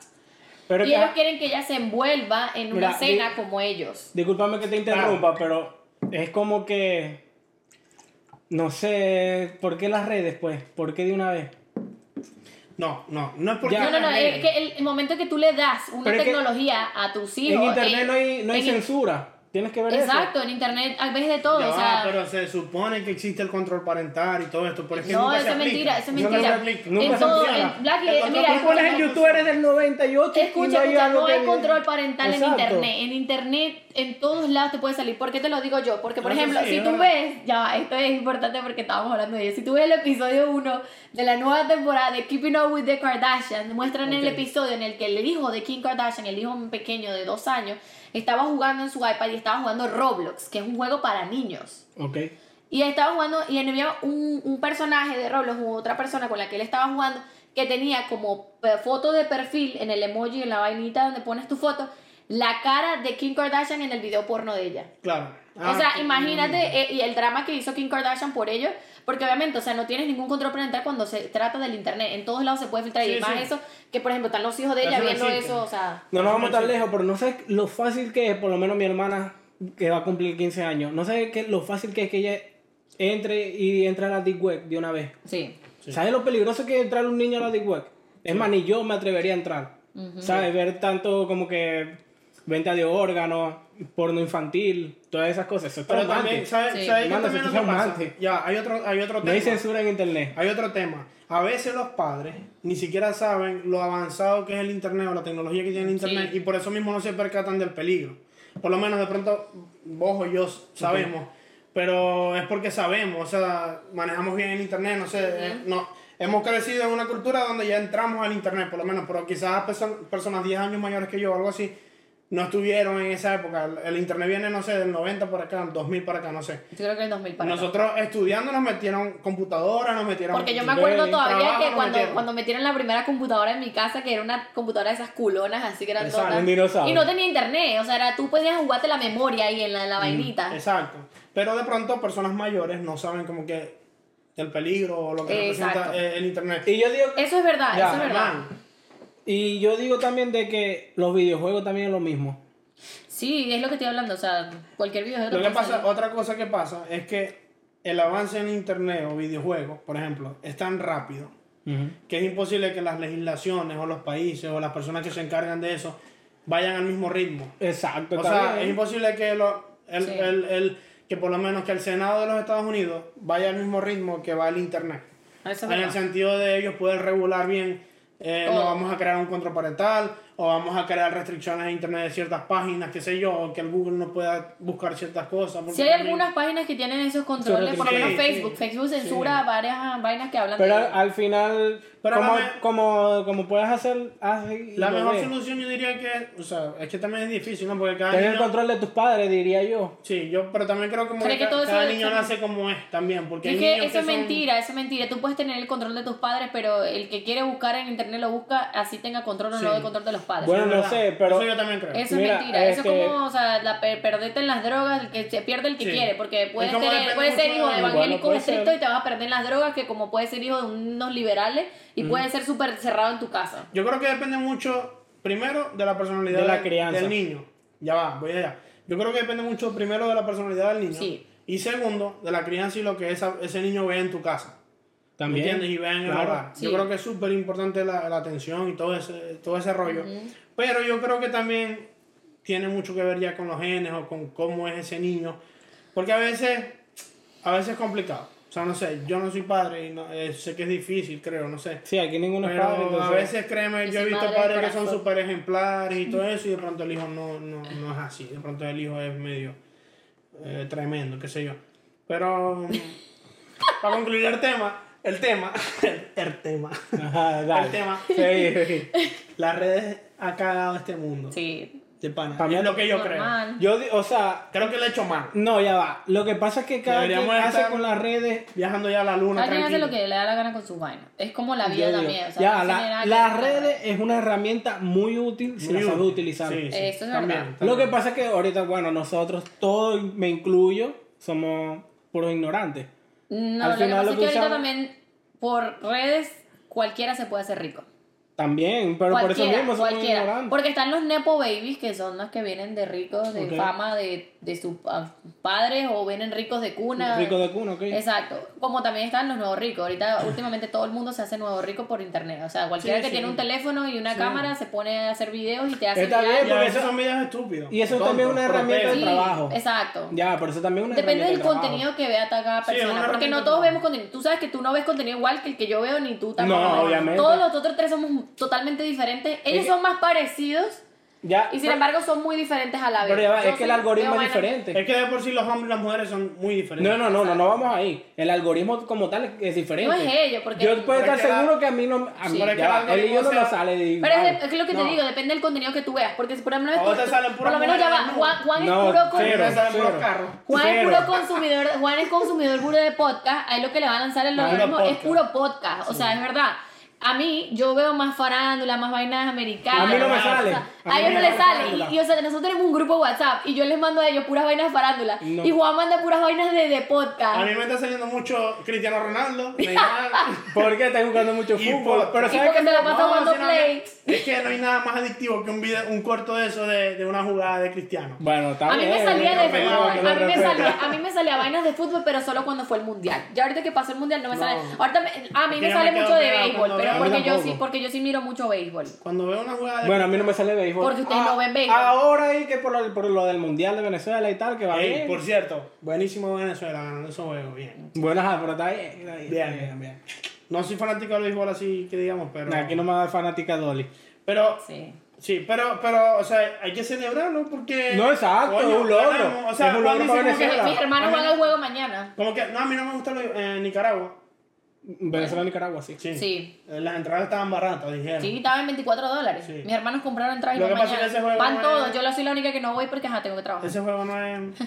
Speaker 1: Pero
Speaker 2: y
Speaker 1: que- ah,
Speaker 2: ellos quieren que ella se envuelva en una
Speaker 1: Mira,
Speaker 2: cena
Speaker 1: di-
Speaker 2: como ellos.
Speaker 1: Disculpame que te interrumpa,
Speaker 3: Ah.
Speaker 1: pero es como que. No sé, ¿por qué las redes, pues? ¿Por qué de una vez?
Speaker 3: No, no, no es porque.
Speaker 1: Ya.
Speaker 2: No, no, no,
Speaker 3: las
Speaker 2: es
Speaker 3: redes.
Speaker 2: que el, el momento que tú le das una
Speaker 1: Pero es que
Speaker 2: tecnología a tus hijos.
Speaker 1: en internet
Speaker 2: eh,
Speaker 1: no hay, no hay
Speaker 2: en-
Speaker 1: censura. Tienes que ver
Speaker 2: Exacto, en internet a veces de todo.
Speaker 3: Ya
Speaker 2: o
Speaker 3: va,
Speaker 2: sea,
Speaker 3: pero se supone que existe el control parental y todo esto, pero es que
Speaker 2: No,
Speaker 3: nunca
Speaker 2: eso
Speaker 3: se
Speaker 2: es
Speaker 3: aplica.
Speaker 2: mentira, eso es
Speaker 1: Nunca
Speaker 2: mentira.
Speaker 1: se aplica, nunca
Speaker 2: En
Speaker 1: se
Speaker 2: todo,
Speaker 1: aplica.
Speaker 2: en Blacky,
Speaker 3: El
Speaker 2: eh,
Speaker 3: control
Speaker 2: mira,
Speaker 1: eso. Tú pones en
Speaker 3: no,
Speaker 1: YouTube, eres del 98 y no
Speaker 2: Escucha,
Speaker 1: hay
Speaker 2: escucha,
Speaker 1: algo
Speaker 2: no hay
Speaker 1: que-
Speaker 2: control parental
Speaker 1: Exacto.
Speaker 2: en internet. En internet, en todos lados te puede salir. ¿Por qué te lo digo yo? Porque, por
Speaker 3: Eso
Speaker 2: ejemplo,
Speaker 3: sí,
Speaker 2: si
Speaker 3: es
Speaker 2: tú
Speaker 3: verdad.
Speaker 2: ves, ya, va, esto es importante porque estábamos hablando de ello. Si tú ves el episodio 1 de la nueva temporada de Keeping Up with the Kardashians, muestran el
Speaker 1: Ok.
Speaker 2: episodio en el que el hijo de Kim Kardashian, el hijo pequeño de dos años, estaba jugando en su iPad y estaba jugando Roblox, que es un juego para niños.
Speaker 1: Ok.
Speaker 2: Y estaba jugando, y había un, un personaje de Roblox, u otra persona con la que él estaba jugando, que tenía como eh, foto de perfil en el emoji, en la vainita donde pones tu foto, la cara de Kim Kardashian en el video porno de ella.
Speaker 3: Claro.
Speaker 2: o
Speaker 3: Ah,
Speaker 2: sea, imagínate eh, y el drama que hizo Kim Kardashian por ello, porque obviamente, o sea, no tienes ningún control parental cuando se trata del internet. En todos lados se puede filtrar
Speaker 3: Sí,
Speaker 2: y más
Speaker 3: sí.
Speaker 2: eso, que por ejemplo están los hijos de
Speaker 3: Eso
Speaker 2: ella
Speaker 3: no
Speaker 2: viendo
Speaker 3: existe.
Speaker 2: eso, o sea.
Speaker 1: No nos vamos
Speaker 3: Sí.
Speaker 1: tan lejos, pero no sé lo fácil que es, por lo menos mi hermana que va a cumplir 15 años, no sé qué, lo fácil que es que ella entre y entre a la Deep Web de una vez.
Speaker 2: Sí.
Speaker 1: ¿Sabes lo peligroso que es entrar un niño a la Deep Web? Es más, ni yo me atrevería a entrar. ¿Sabes? Ver tanto como que venta de órganos, porno infantil, todas esas cosas. Eso es
Speaker 3: Pero
Speaker 1: traumante.
Speaker 3: también, ¿sabes?
Speaker 2: Sí.
Speaker 3: ¿sabes qué
Speaker 1: Mano,
Speaker 3: también
Speaker 1: eso
Speaker 3: lo que
Speaker 1: es
Speaker 3: pasa?
Speaker 1: traumante.
Speaker 3: Ya, hay otro, hay otro
Speaker 1: No hay
Speaker 3: tema.
Speaker 1: censura en internet.
Speaker 3: Hay otro tema. A veces los padres ni siquiera saben lo avanzado que es el Internet o la tecnología que tiene el Internet
Speaker 2: Sí.
Speaker 3: y por eso mismo no se percatan del peligro. Por lo menos de pronto vos o yo sabemos, pero es porque sabemos, o sea, manejamos bien el Internet, no sé, eh, no, hemos crecido en una cultura donde ya entramos al Internet, por lo menos, pero quizás perso- personas 10 años mayores que yo o algo así no estuvieron en esa época. El, el Internet viene, no sé, del 90 para acá, 2000 para acá, no sé.
Speaker 2: Yo creo que en 2000 para acá.
Speaker 3: Nosotros estudiando nos metieron computadoras, nos metieron...
Speaker 2: Porque yo me
Speaker 1: Ve,
Speaker 2: acuerdo
Speaker 1: el
Speaker 2: todavía
Speaker 3: trabajo
Speaker 2: que
Speaker 3: lo
Speaker 2: cuando,
Speaker 3: metieron.
Speaker 2: cuando metieron la primera computadora en mi casa, que era una computadora de esas culonas, así que eran
Speaker 1: Exacto,
Speaker 2: todas.
Speaker 1: un dinosaurio.
Speaker 2: Y no tenía internet, o sea, era, tú podías jugarte la memoria ahí en la, en
Speaker 3: Mm,
Speaker 2: la vainita.
Speaker 3: Exacto. Pero de pronto personas mayores no saben como que el peligro o lo que
Speaker 2: Exacto.
Speaker 3: representa eh, el internet.
Speaker 1: Y yo digo,
Speaker 2: Eso es verdad,
Speaker 1: Ya,
Speaker 2: eso es verdad.
Speaker 3: Man,
Speaker 1: y yo digo también de que los videojuegos también es lo mismo.
Speaker 2: Sí, es lo que estoy hablando, o sea, cualquier video
Speaker 3: Lo que pasa, otra cosa que pasa es que el avance en internet o videojuegos, por ejemplo, es tan rápido
Speaker 1: Ujú.
Speaker 3: que es imposible que las legislaciones o los países o las personas que se encargan de eso vayan al mismo ritmo.
Speaker 1: Exacto,
Speaker 3: O
Speaker 1: Pues está
Speaker 3: sea,
Speaker 1: bien.
Speaker 3: es imposible que lo, el,
Speaker 2: Sí.
Speaker 3: el- el- que por lo menos que el Senado de los Estados Unidos vaya al mismo ritmo que va el internet.
Speaker 2: Ah, Eso es
Speaker 3: en el
Speaker 2: verdad. Oh.
Speaker 3: sentido de ellos poder regular bien, eh,
Speaker 2: Todo.
Speaker 3: no vamos a crear un control parental o vamos a crear restricciones a internet de ciertas páginas, qué sé yo, o que el Google no pueda buscar ciertas cosas. porque
Speaker 2: Si hay
Speaker 3: también-
Speaker 2: algunas páginas que tienen esos controles, por lo
Speaker 3: Sí,
Speaker 2: menos
Speaker 3: sí.
Speaker 2: Facebook. Facebook censura varias vainas que hablan
Speaker 1: Pero
Speaker 2: de
Speaker 1: al, al final,
Speaker 3: Pero
Speaker 1: como,
Speaker 3: la me-
Speaker 1: como, como puedes hacer, haz y
Speaker 3: La
Speaker 1: lo
Speaker 3: mejor
Speaker 1: ves.
Speaker 3: solución yo diría que es, o sea, es que también es difícil, ¿no? Porque cada
Speaker 1: Tener el
Speaker 3: niño...
Speaker 1: control de tus padres, diría yo.
Speaker 3: Sí, yo, pero también creo como
Speaker 2: Creo
Speaker 3: que
Speaker 2: que
Speaker 3: ca-
Speaker 2: todo eso
Speaker 3: cada
Speaker 2: es-
Speaker 3: niño nace como es también, porque hay
Speaker 2: es que
Speaker 3: niños
Speaker 2: eso es
Speaker 3: son-
Speaker 2: mentira, eso es mentira. Tú puedes tener el control de tus padres, pero el que quiere buscar en internet lo busca, así tenga control o
Speaker 3: Sí.
Speaker 2: no de control de los padres.
Speaker 1: Bueno,
Speaker 3: Es
Speaker 1: no
Speaker 3: verdad,
Speaker 1: sé, pero-
Speaker 3: Eso yo también creo.
Speaker 2: Eso
Speaker 1: Mira,
Speaker 2: es mentira, eso
Speaker 1: este-
Speaker 2: es como, o sea, la pe- perderte en las drogas, el que se pierde el que
Speaker 3: Sí.
Speaker 2: quiere, porque puedes,
Speaker 3: como
Speaker 2: tener-
Speaker 3: depende
Speaker 2: puedes
Speaker 3: mucho
Speaker 2: ser hijo
Speaker 3: de-
Speaker 2: de
Speaker 1: Igual no
Speaker 2: evangélicos
Speaker 1: puede
Speaker 2: estrictos
Speaker 1: ser.
Speaker 2: y te vas a perder en las drogas, que como puedes ser hijo de unos liberales y puedes ser súper cerrado en tu casa.
Speaker 3: Yo creo que depende mucho, primero, de la personalidad
Speaker 1: De la
Speaker 3: del-
Speaker 1: crianza.
Speaker 3: del niño. Ya va, voy allá. Yo creo que depende mucho, primero, de la personalidad del niño.
Speaker 2: Sí.
Speaker 3: Y segundo, de la crianza y lo que esa- ese niño ve en tu casa. ¿Me
Speaker 1: También.
Speaker 3: entiendes? Y ve en el
Speaker 1: Claro.
Speaker 3: hogar. Yo
Speaker 2: Sí.
Speaker 3: creo que es súper importante la, la atención y todo ese, todo ese rollo. Pero yo creo que también tiene mucho que ver ya con los genes o con cómo es ese niño. Porque a veces, a veces es complicado. O sea, no sé, yo no soy padre y no- eh, sé que es difícil, creo, no sé.
Speaker 1: Sí, aquí ninguno es
Speaker 3: Pero
Speaker 1: padre,
Speaker 3: a
Speaker 1: entonces-
Speaker 3: veces, créeme,
Speaker 2: Yo
Speaker 3: yo he
Speaker 2: soy
Speaker 3: visto
Speaker 2: madre de
Speaker 3: padres que son
Speaker 2: corazón.
Speaker 3: súper ejemplares y todo eso, y de pronto el hijo no, no, no es así. De pronto el hijo es medio eh, tremendo, qué sé yo. Pero, mm, para concluir el tema, el tema, el, el tema,
Speaker 1: Ajá, dale.
Speaker 3: el tema,
Speaker 1: Sí, sí.
Speaker 3: las redes ha cagado este mundo.
Speaker 2: Sí.
Speaker 3: De pana.
Speaker 1: Para mí
Speaker 3: es lo que yo creo.
Speaker 2: normal.
Speaker 1: Yo, di- o sea,
Speaker 3: Creo que le he hecho mal.
Speaker 1: no, ya va. Lo que pasa es que cada quien
Speaker 3: Deberíamos
Speaker 1: hace
Speaker 3: estar-
Speaker 1: con las redes.
Speaker 3: Viajando ya a la luna,
Speaker 2: Alguien hace
Speaker 3: tranquilo.
Speaker 2: lo que le da la gana con su vaina. Es como la
Speaker 1: yo
Speaker 2: vida
Speaker 1: digo,
Speaker 2: también. O sea,
Speaker 1: ya,
Speaker 2: no
Speaker 1: la-
Speaker 2: tiene nada que ver
Speaker 1: las
Speaker 2: con
Speaker 1: redes es una herramienta muy útil si
Speaker 3: Muy
Speaker 1: la sabes
Speaker 3: útil.
Speaker 1: utilizar.
Speaker 3: Sí, sí,
Speaker 2: Eso es
Speaker 3: también,
Speaker 2: verdad.
Speaker 1: Lo
Speaker 3: también.
Speaker 1: que pasa es que ahorita, bueno, nosotros, todos, me incluyo, somos puros ignorantes.
Speaker 2: No,
Speaker 1: Al
Speaker 2: lo que
Speaker 1: final
Speaker 2: pasa
Speaker 1: lo
Speaker 2: es
Speaker 1: que
Speaker 2: que ahorita
Speaker 1: usamos-
Speaker 2: también por redes cualquiera se puede hacer rico.
Speaker 1: También, pero por eso
Speaker 2: cualquiera,
Speaker 1: mismo somos
Speaker 2: cualquiera.
Speaker 1: ignorantes.
Speaker 2: Porque están los Nepo Babies, que son los que vienen de ricos, de
Speaker 1: Ok.
Speaker 2: fama de, de sus ah, padres o vienen ricos de cuna.
Speaker 1: Rico de cuna, ok.
Speaker 2: Exacto. Como también están los nuevos ricos. Ahorita, últimamente, todo el mundo se hace nuevo rico por internet. O sea, cualquiera
Speaker 3: Sí,
Speaker 2: que
Speaker 3: sí.
Speaker 2: tiene un teléfono y una
Speaker 3: Sí.
Speaker 2: cámara se pone a hacer videos y te hace.
Speaker 1: Está
Speaker 2: viral.
Speaker 1: bien,
Speaker 3: Y a
Speaker 1: porque
Speaker 3: veces
Speaker 1: eso-
Speaker 3: son medidas estúpidas.
Speaker 1: y eso también es una
Speaker 3: tontas,
Speaker 1: herramienta de
Speaker 2: Sí,
Speaker 3: torpes.
Speaker 1: trabajo.
Speaker 2: Exacto.
Speaker 1: Ya, por eso también una
Speaker 2: Depende del
Speaker 1: herramienta de trabajo.
Speaker 2: contenido que vea cada
Speaker 3: Sí, es
Speaker 2: persona.
Speaker 3: una
Speaker 2: porque
Speaker 3: herramienta
Speaker 2: no
Speaker 3: de
Speaker 2: todos
Speaker 3: trabajo.
Speaker 2: vemos contenido. Tú sabes que tú no ves contenido igual que el que yo veo, ni tú tampoco.
Speaker 1: No, obviamente.
Speaker 2: Todos los otros tres somos totalmente diferentes. Ellos
Speaker 1: Es-
Speaker 2: son más parecidos
Speaker 1: Ya,
Speaker 2: y sin
Speaker 1: pero-
Speaker 2: embargo son muy diferentes a la vez.
Speaker 1: pero ya va,
Speaker 2: Yo
Speaker 1: es que el
Speaker 2: sí
Speaker 1: algoritmo
Speaker 2: veo
Speaker 1: es
Speaker 2: vainas-
Speaker 1: diferente.
Speaker 3: Es que de por sí los hombres y las mujeres son muy diferentes.
Speaker 1: Este. No, no, no, no, no vamos ahí. El algoritmo como tal es diferente.
Speaker 2: No es ello, porque-
Speaker 1: Yo puedo
Speaker 3: Pero
Speaker 1: estar
Speaker 3: es que la-
Speaker 1: seguro que a mí no. A mí,
Speaker 3: Pero es
Speaker 1: ya
Speaker 3: que
Speaker 1: va,
Speaker 3: el
Speaker 1: él y yo
Speaker 3: algoritmo
Speaker 1: no
Speaker 3: sea-
Speaker 1: nos sale de
Speaker 2: Pero es,
Speaker 1: igual.
Speaker 2: de- es lo que
Speaker 3: No.
Speaker 2: te digo, depende del contenido que tú veas. Porque si por lo menos.
Speaker 3: Ahora
Speaker 2: tú-
Speaker 3: te
Speaker 2: tú-
Speaker 3: salen
Speaker 2: por
Speaker 3: puras
Speaker 2: lo menos ya va.
Speaker 3: mujeres,
Speaker 2: Juan, Juan
Speaker 1: No,
Speaker 2: es puro con-
Speaker 1: cero,
Speaker 3: Me salen
Speaker 1: cero.
Speaker 3: puros carros.
Speaker 2: Juan es
Speaker 1: Cero.
Speaker 2: puro consumidor, Juan es consumidor burda de podcast, a él lo que le va a lanzar el
Speaker 3: Puro
Speaker 2: algoritmo es
Speaker 3: podcast.
Speaker 2: puro podcast, o sea, es verdad. A mí, yo veo más farándula, más vainas americanas.
Speaker 1: A mí no me
Speaker 2: más-
Speaker 1: sale.
Speaker 2: o sea,
Speaker 1: A
Speaker 2: a
Speaker 1: mí
Speaker 2: ellos
Speaker 1: no
Speaker 2: no
Speaker 1: me
Speaker 2: les
Speaker 1: sale
Speaker 2: sale.
Speaker 1: farándula.
Speaker 2: Y, y, o sea, nosotros tenemos un grupo WhatsApp y yo les mando a ellos puras vainas farándula.
Speaker 1: No.
Speaker 2: Y Juan manda puras vainas de, de
Speaker 3: A mí
Speaker 2: podcast.
Speaker 3: me está saliendo mucho Cristiano Ronaldo, Neymar.
Speaker 1: Porque está jugando mucho
Speaker 3: Y
Speaker 1: fútbol.
Speaker 3: por-
Speaker 1: Pero
Speaker 2: y
Speaker 1: sabes
Speaker 2: porque
Speaker 1: que
Speaker 2: se la pasa jugando
Speaker 3: si no,
Speaker 2: play.
Speaker 3: Es que no hay nada más adictivo que un video, un corto de eso de, de una jugada de Cristiano.
Speaker 1: Bueno, está
Speaker 2: A mí me
Speaker 1: bien,
Speaker 2: salía de
Speaker 1: no, pero
Speaker 2: fútbol,
Speaker 1: que
Speaker 2: a
Speaker 1: lo
Speaker 2: mí me
Speaker 1: respeta.
Speaker 2: salía, a mí me salía vainas de fútbol, pero solo cuando fue el mundial. Ya ahorita que pasó el mundial no me
Speaker 3: No.
Speaker 2: sale. Ahorita me- a mí
Speaker 3: Es que
Speaker 2: me
Speaker 3: yo
Speaker 2: sale
Speaker 3: me quedo
Speaker 2: mucho de
Speaker 3: pegado
Speaker 2: béisbol,
Speaker 3: cuando
Speaker 2: pero
Speaker 3: veo.
Speaker 1: A mí
Speaker 2: porque yo
Speaker 1: tampoco.
Speaker 2: sí, porque yo sí miro mucho béisbol.
Speaker 3: Cuando veo una jugada de
Speaker 1: Bueno, a mí no me sale béisbol.
Speaker 2: Porque ustedes no ven béisbol.
Speaker 1: Ah, Ahora ahí que por lo, por lo del Mundial de Venezuela y tal, que va
Speaker 3: Ey,
Speaker 1: bien.
Speaker 3: por cierto, buenísimo Venezuela ganando esos juegos, bien.
Speaker 1: Bueno, ajá, pero está bien. está bien,
Speaker 3: Bien,
Speaker 1: está
Speaker 3: bien, bien. No soy fanático del béisbol así que digamos, pero.
Speaker 1: bien. Aquí no me da fanática Dolly.
Speaker 3: Pero
Speaker 2: Sí.
Speaker 3: Sí, pero, pero, o sea, hay que celebrarlo porque...
Speaker 1: No, exacto, es un logro.
Speaker 3: ganamos. O sea,
Speaker 1: Es un logro
Speaker 3: Juan
Speaker 1: para
Speaker 3: dice como
Speaker 1: Venezuela.
Speaker 3: que-
Speaker 2: Mis hermanos
Speaker 3: a mí-
Speaker 2: van al juego mañana.
Speaker 3: Como que, no, a mí no me gusta lo- eh, Nicaragua.
Speaker 1: Venezuela, Nicaragua, sí.
Speaker 3: Sí.
Speaker 2: Sí.
Speaker 3: Eh, Las entradas estaban baratas, dijeron.
Speaker 2: Sí, estaba en 24 dólares.
Speaker 3: Sí.
Speaker 2: Mis hermanos compraron trajes
Speaker 3: Lo
Speaker 2: para
Speaker 3: que pasa es que
Speaker 2: mañana.
Speaker 3: ese juego
Speaker 2: Van
Speaker 3: es-
Speaker 2: todos. Yo la soy la única que no voy porque ajá, tengo que trabajar.
Speaker 3: Ese juego no es...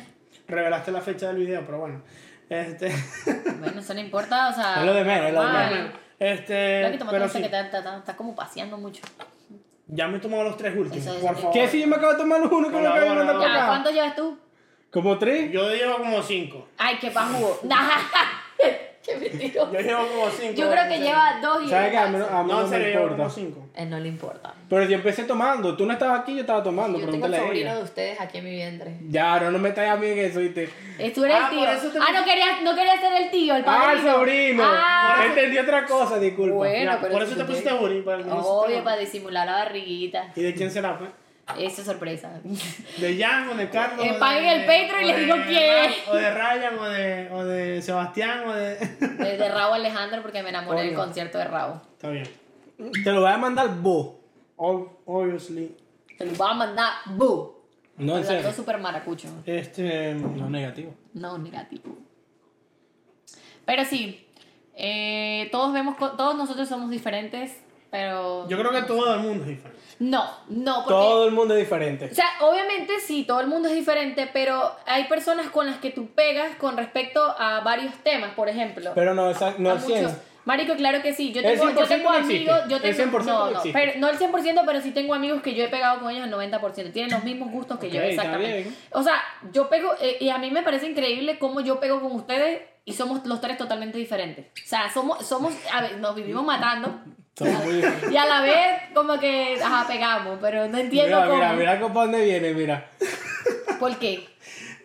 Speaker 3: Revelaste la fecha del video, pero bueno. Este...
Speaker 2: Bueno, eso no importa, o sea.
Speaker 1: Es lo de menos, es lo de
Speaker 2: normal.
Speaker 1: menos.
Speaker 2: Lo Ah, que
Speaker 3: este...
Speaker 2: te
Speaker 3: Pero
Speaker 2: mata
Speaker 3: sí,
Speaker 2: que estás como paseando mucho.
Speaker 3: ya me he tomado los tres últimos,
Speaker 2: Eso es-
Speaker 3: por favor.
Speaker 1: ¿Qué si yo me acabo de tomar uno que me acabo de mandar
Speaker 3: Colabora,
Speaker 1: para
Speaker 2: Ya,
Speaker 1: acá?
Speaker 2: ¿cuántos llevas tú?
Speaker 1: ¿Como tres?
Speaker 3: Yo llevo como cinco.
Speaker 2: Ay, qué pajugo. qué mentiroso.
Speaker 3: Yo llevo como cinco.
Speaker 2: Yo creo que
Speaker 3: no sé.
Speaker 2: lleva dos y
Speaker 1: ¿Sabes qué? A mí, no- a mí Ah, no,
Speaker 3: No, en
Speaker 1: me
Speaker 3: serio, llevo como
Speaker 1: importa.
Speaker 3: cinco.
Speaker 2: Él Eh, no le importa.
Speaker 1: Pero yo empecé tomando. Tú no estabas aquí, yo estaba tomando.
Speaker 2: Yo tengo el
Speaker 1: Pregúntale a
Speaker 2: sobrino
Speaker 1: ella.
Speaker 2: de ustedes aquí en mi vientre.
Speaker 1: Ya, ahora no me estás a mí en eso, ¿viste?
Speaker 2: Eh, Tú eres
Speaker 3: Ah,
Speaker 2: el
Speaker 3: por eso te-
Speaker 2: tío. Ah, no quería, no quería ser el tío, el padre.
Speaker 1: ¡Ah, el sobrino!
Speaker 2: Ah,
Speaker 1: Entendí otra cosa, disculpa.
Speaker 2: Bueno.
Speaker 3: Ya,
Speaker 2: pero
Speaker 3: por
Speaker 2: eso
Speaker 3: eso te
Speaker 2: te-
Speaker 3: pusiste Uri. para-
Speaker 2: Obvio, para disimular la barriguita.
Speaker 3: ¿Y de quién será, pues?
Speaker 2: Esa es sorpresa.
Speaker 3: De Jan o de Carlos.
Speaker 2: Eh,
Speaker 3: o de-
Speaker 2: paguen el Patreon y
Speaker 3: o
Speaker 2: les
Speaker 3: de
Speaker 2: digo
Speaker 3: Ra-
Speaker 2: quién.
Speaker 3: O de Ryan o de, o de Sebastián o de.
Speaker 2: De, de Rabo Alejandro porque me enamoré del
Speaker 3: Obvio.
Speaker 2: concierto de Rabo.
Speaker 3: Está bien.
Speaker 1: Te lo voy a mandar vos.
Speaker 3: Ob- obviously.
Speaker 2: Te lo voy a mandar. ¡Bu!
Speaker 1: No, en
Speaker 2: Hablando
Speaker 1: serio.
Speaker 2: súper maracucho.
Speaker 3: Este.
Speaker 1: No, negativo.
Speaker 2: No, negativo. Pero sí. eh, todos vemos, co- todos nosotros somos diferentes, pero...
Speaker 3: Yo creo que todo el mundo es diferente.
Speaker 2: No, no, porque...
Speaker 1: Todo el mundo es diferente.
Speaker 2: O sea, obviamente sí, todo el mundo es diferente, pero hay personas con las que tú pegas con respecto a varios temas, por ejemplo.
Speaker 1: Pero no, esa- no
Speaker 2: A
Speaker 1: al 100.
Speaker 2: muchos- Marico, claro que sí. Yo
Speaker 1: El
Speaker 2: tengo, yo
Speaker 1: 100%
Speaker 2: tengo
Speaker 1: no existe.
Speaker 2: amigos. Yo
Speaker 1: El
Speaker 2: tengo,
Speaker 1: 100%
Speaker 2: no,
Speaker 1: no
Speaker 2: no,
Speaker 1: existe.
Speaker 2: pero, no el 100%, pero sí tengo amigos que yo he pegado con ellos el 90%. Tienen los mismos gustos que yo,
Speaker 1: Ok, está
Speaker 2: exactamente.
Speaker 1: bien.
Speaker 2: O sea, yo pego, eh, y a mí me parece increíble cómo yo pego con ustedes y somos los tres totalmente diferentes. O sea, somos, somos a ver, nos vivimos matando.
Speaker 1: Son muy diferentes.
Speaker 2: Y a la vez, como que, ajá, pegamos, pero no entiendo
Speaker 1: Mira,
Speaker 2: cómo.
Speaker 1: mira, mira cómo- pa' dónde viene, mira.
Speaker 2: ¿Por qué?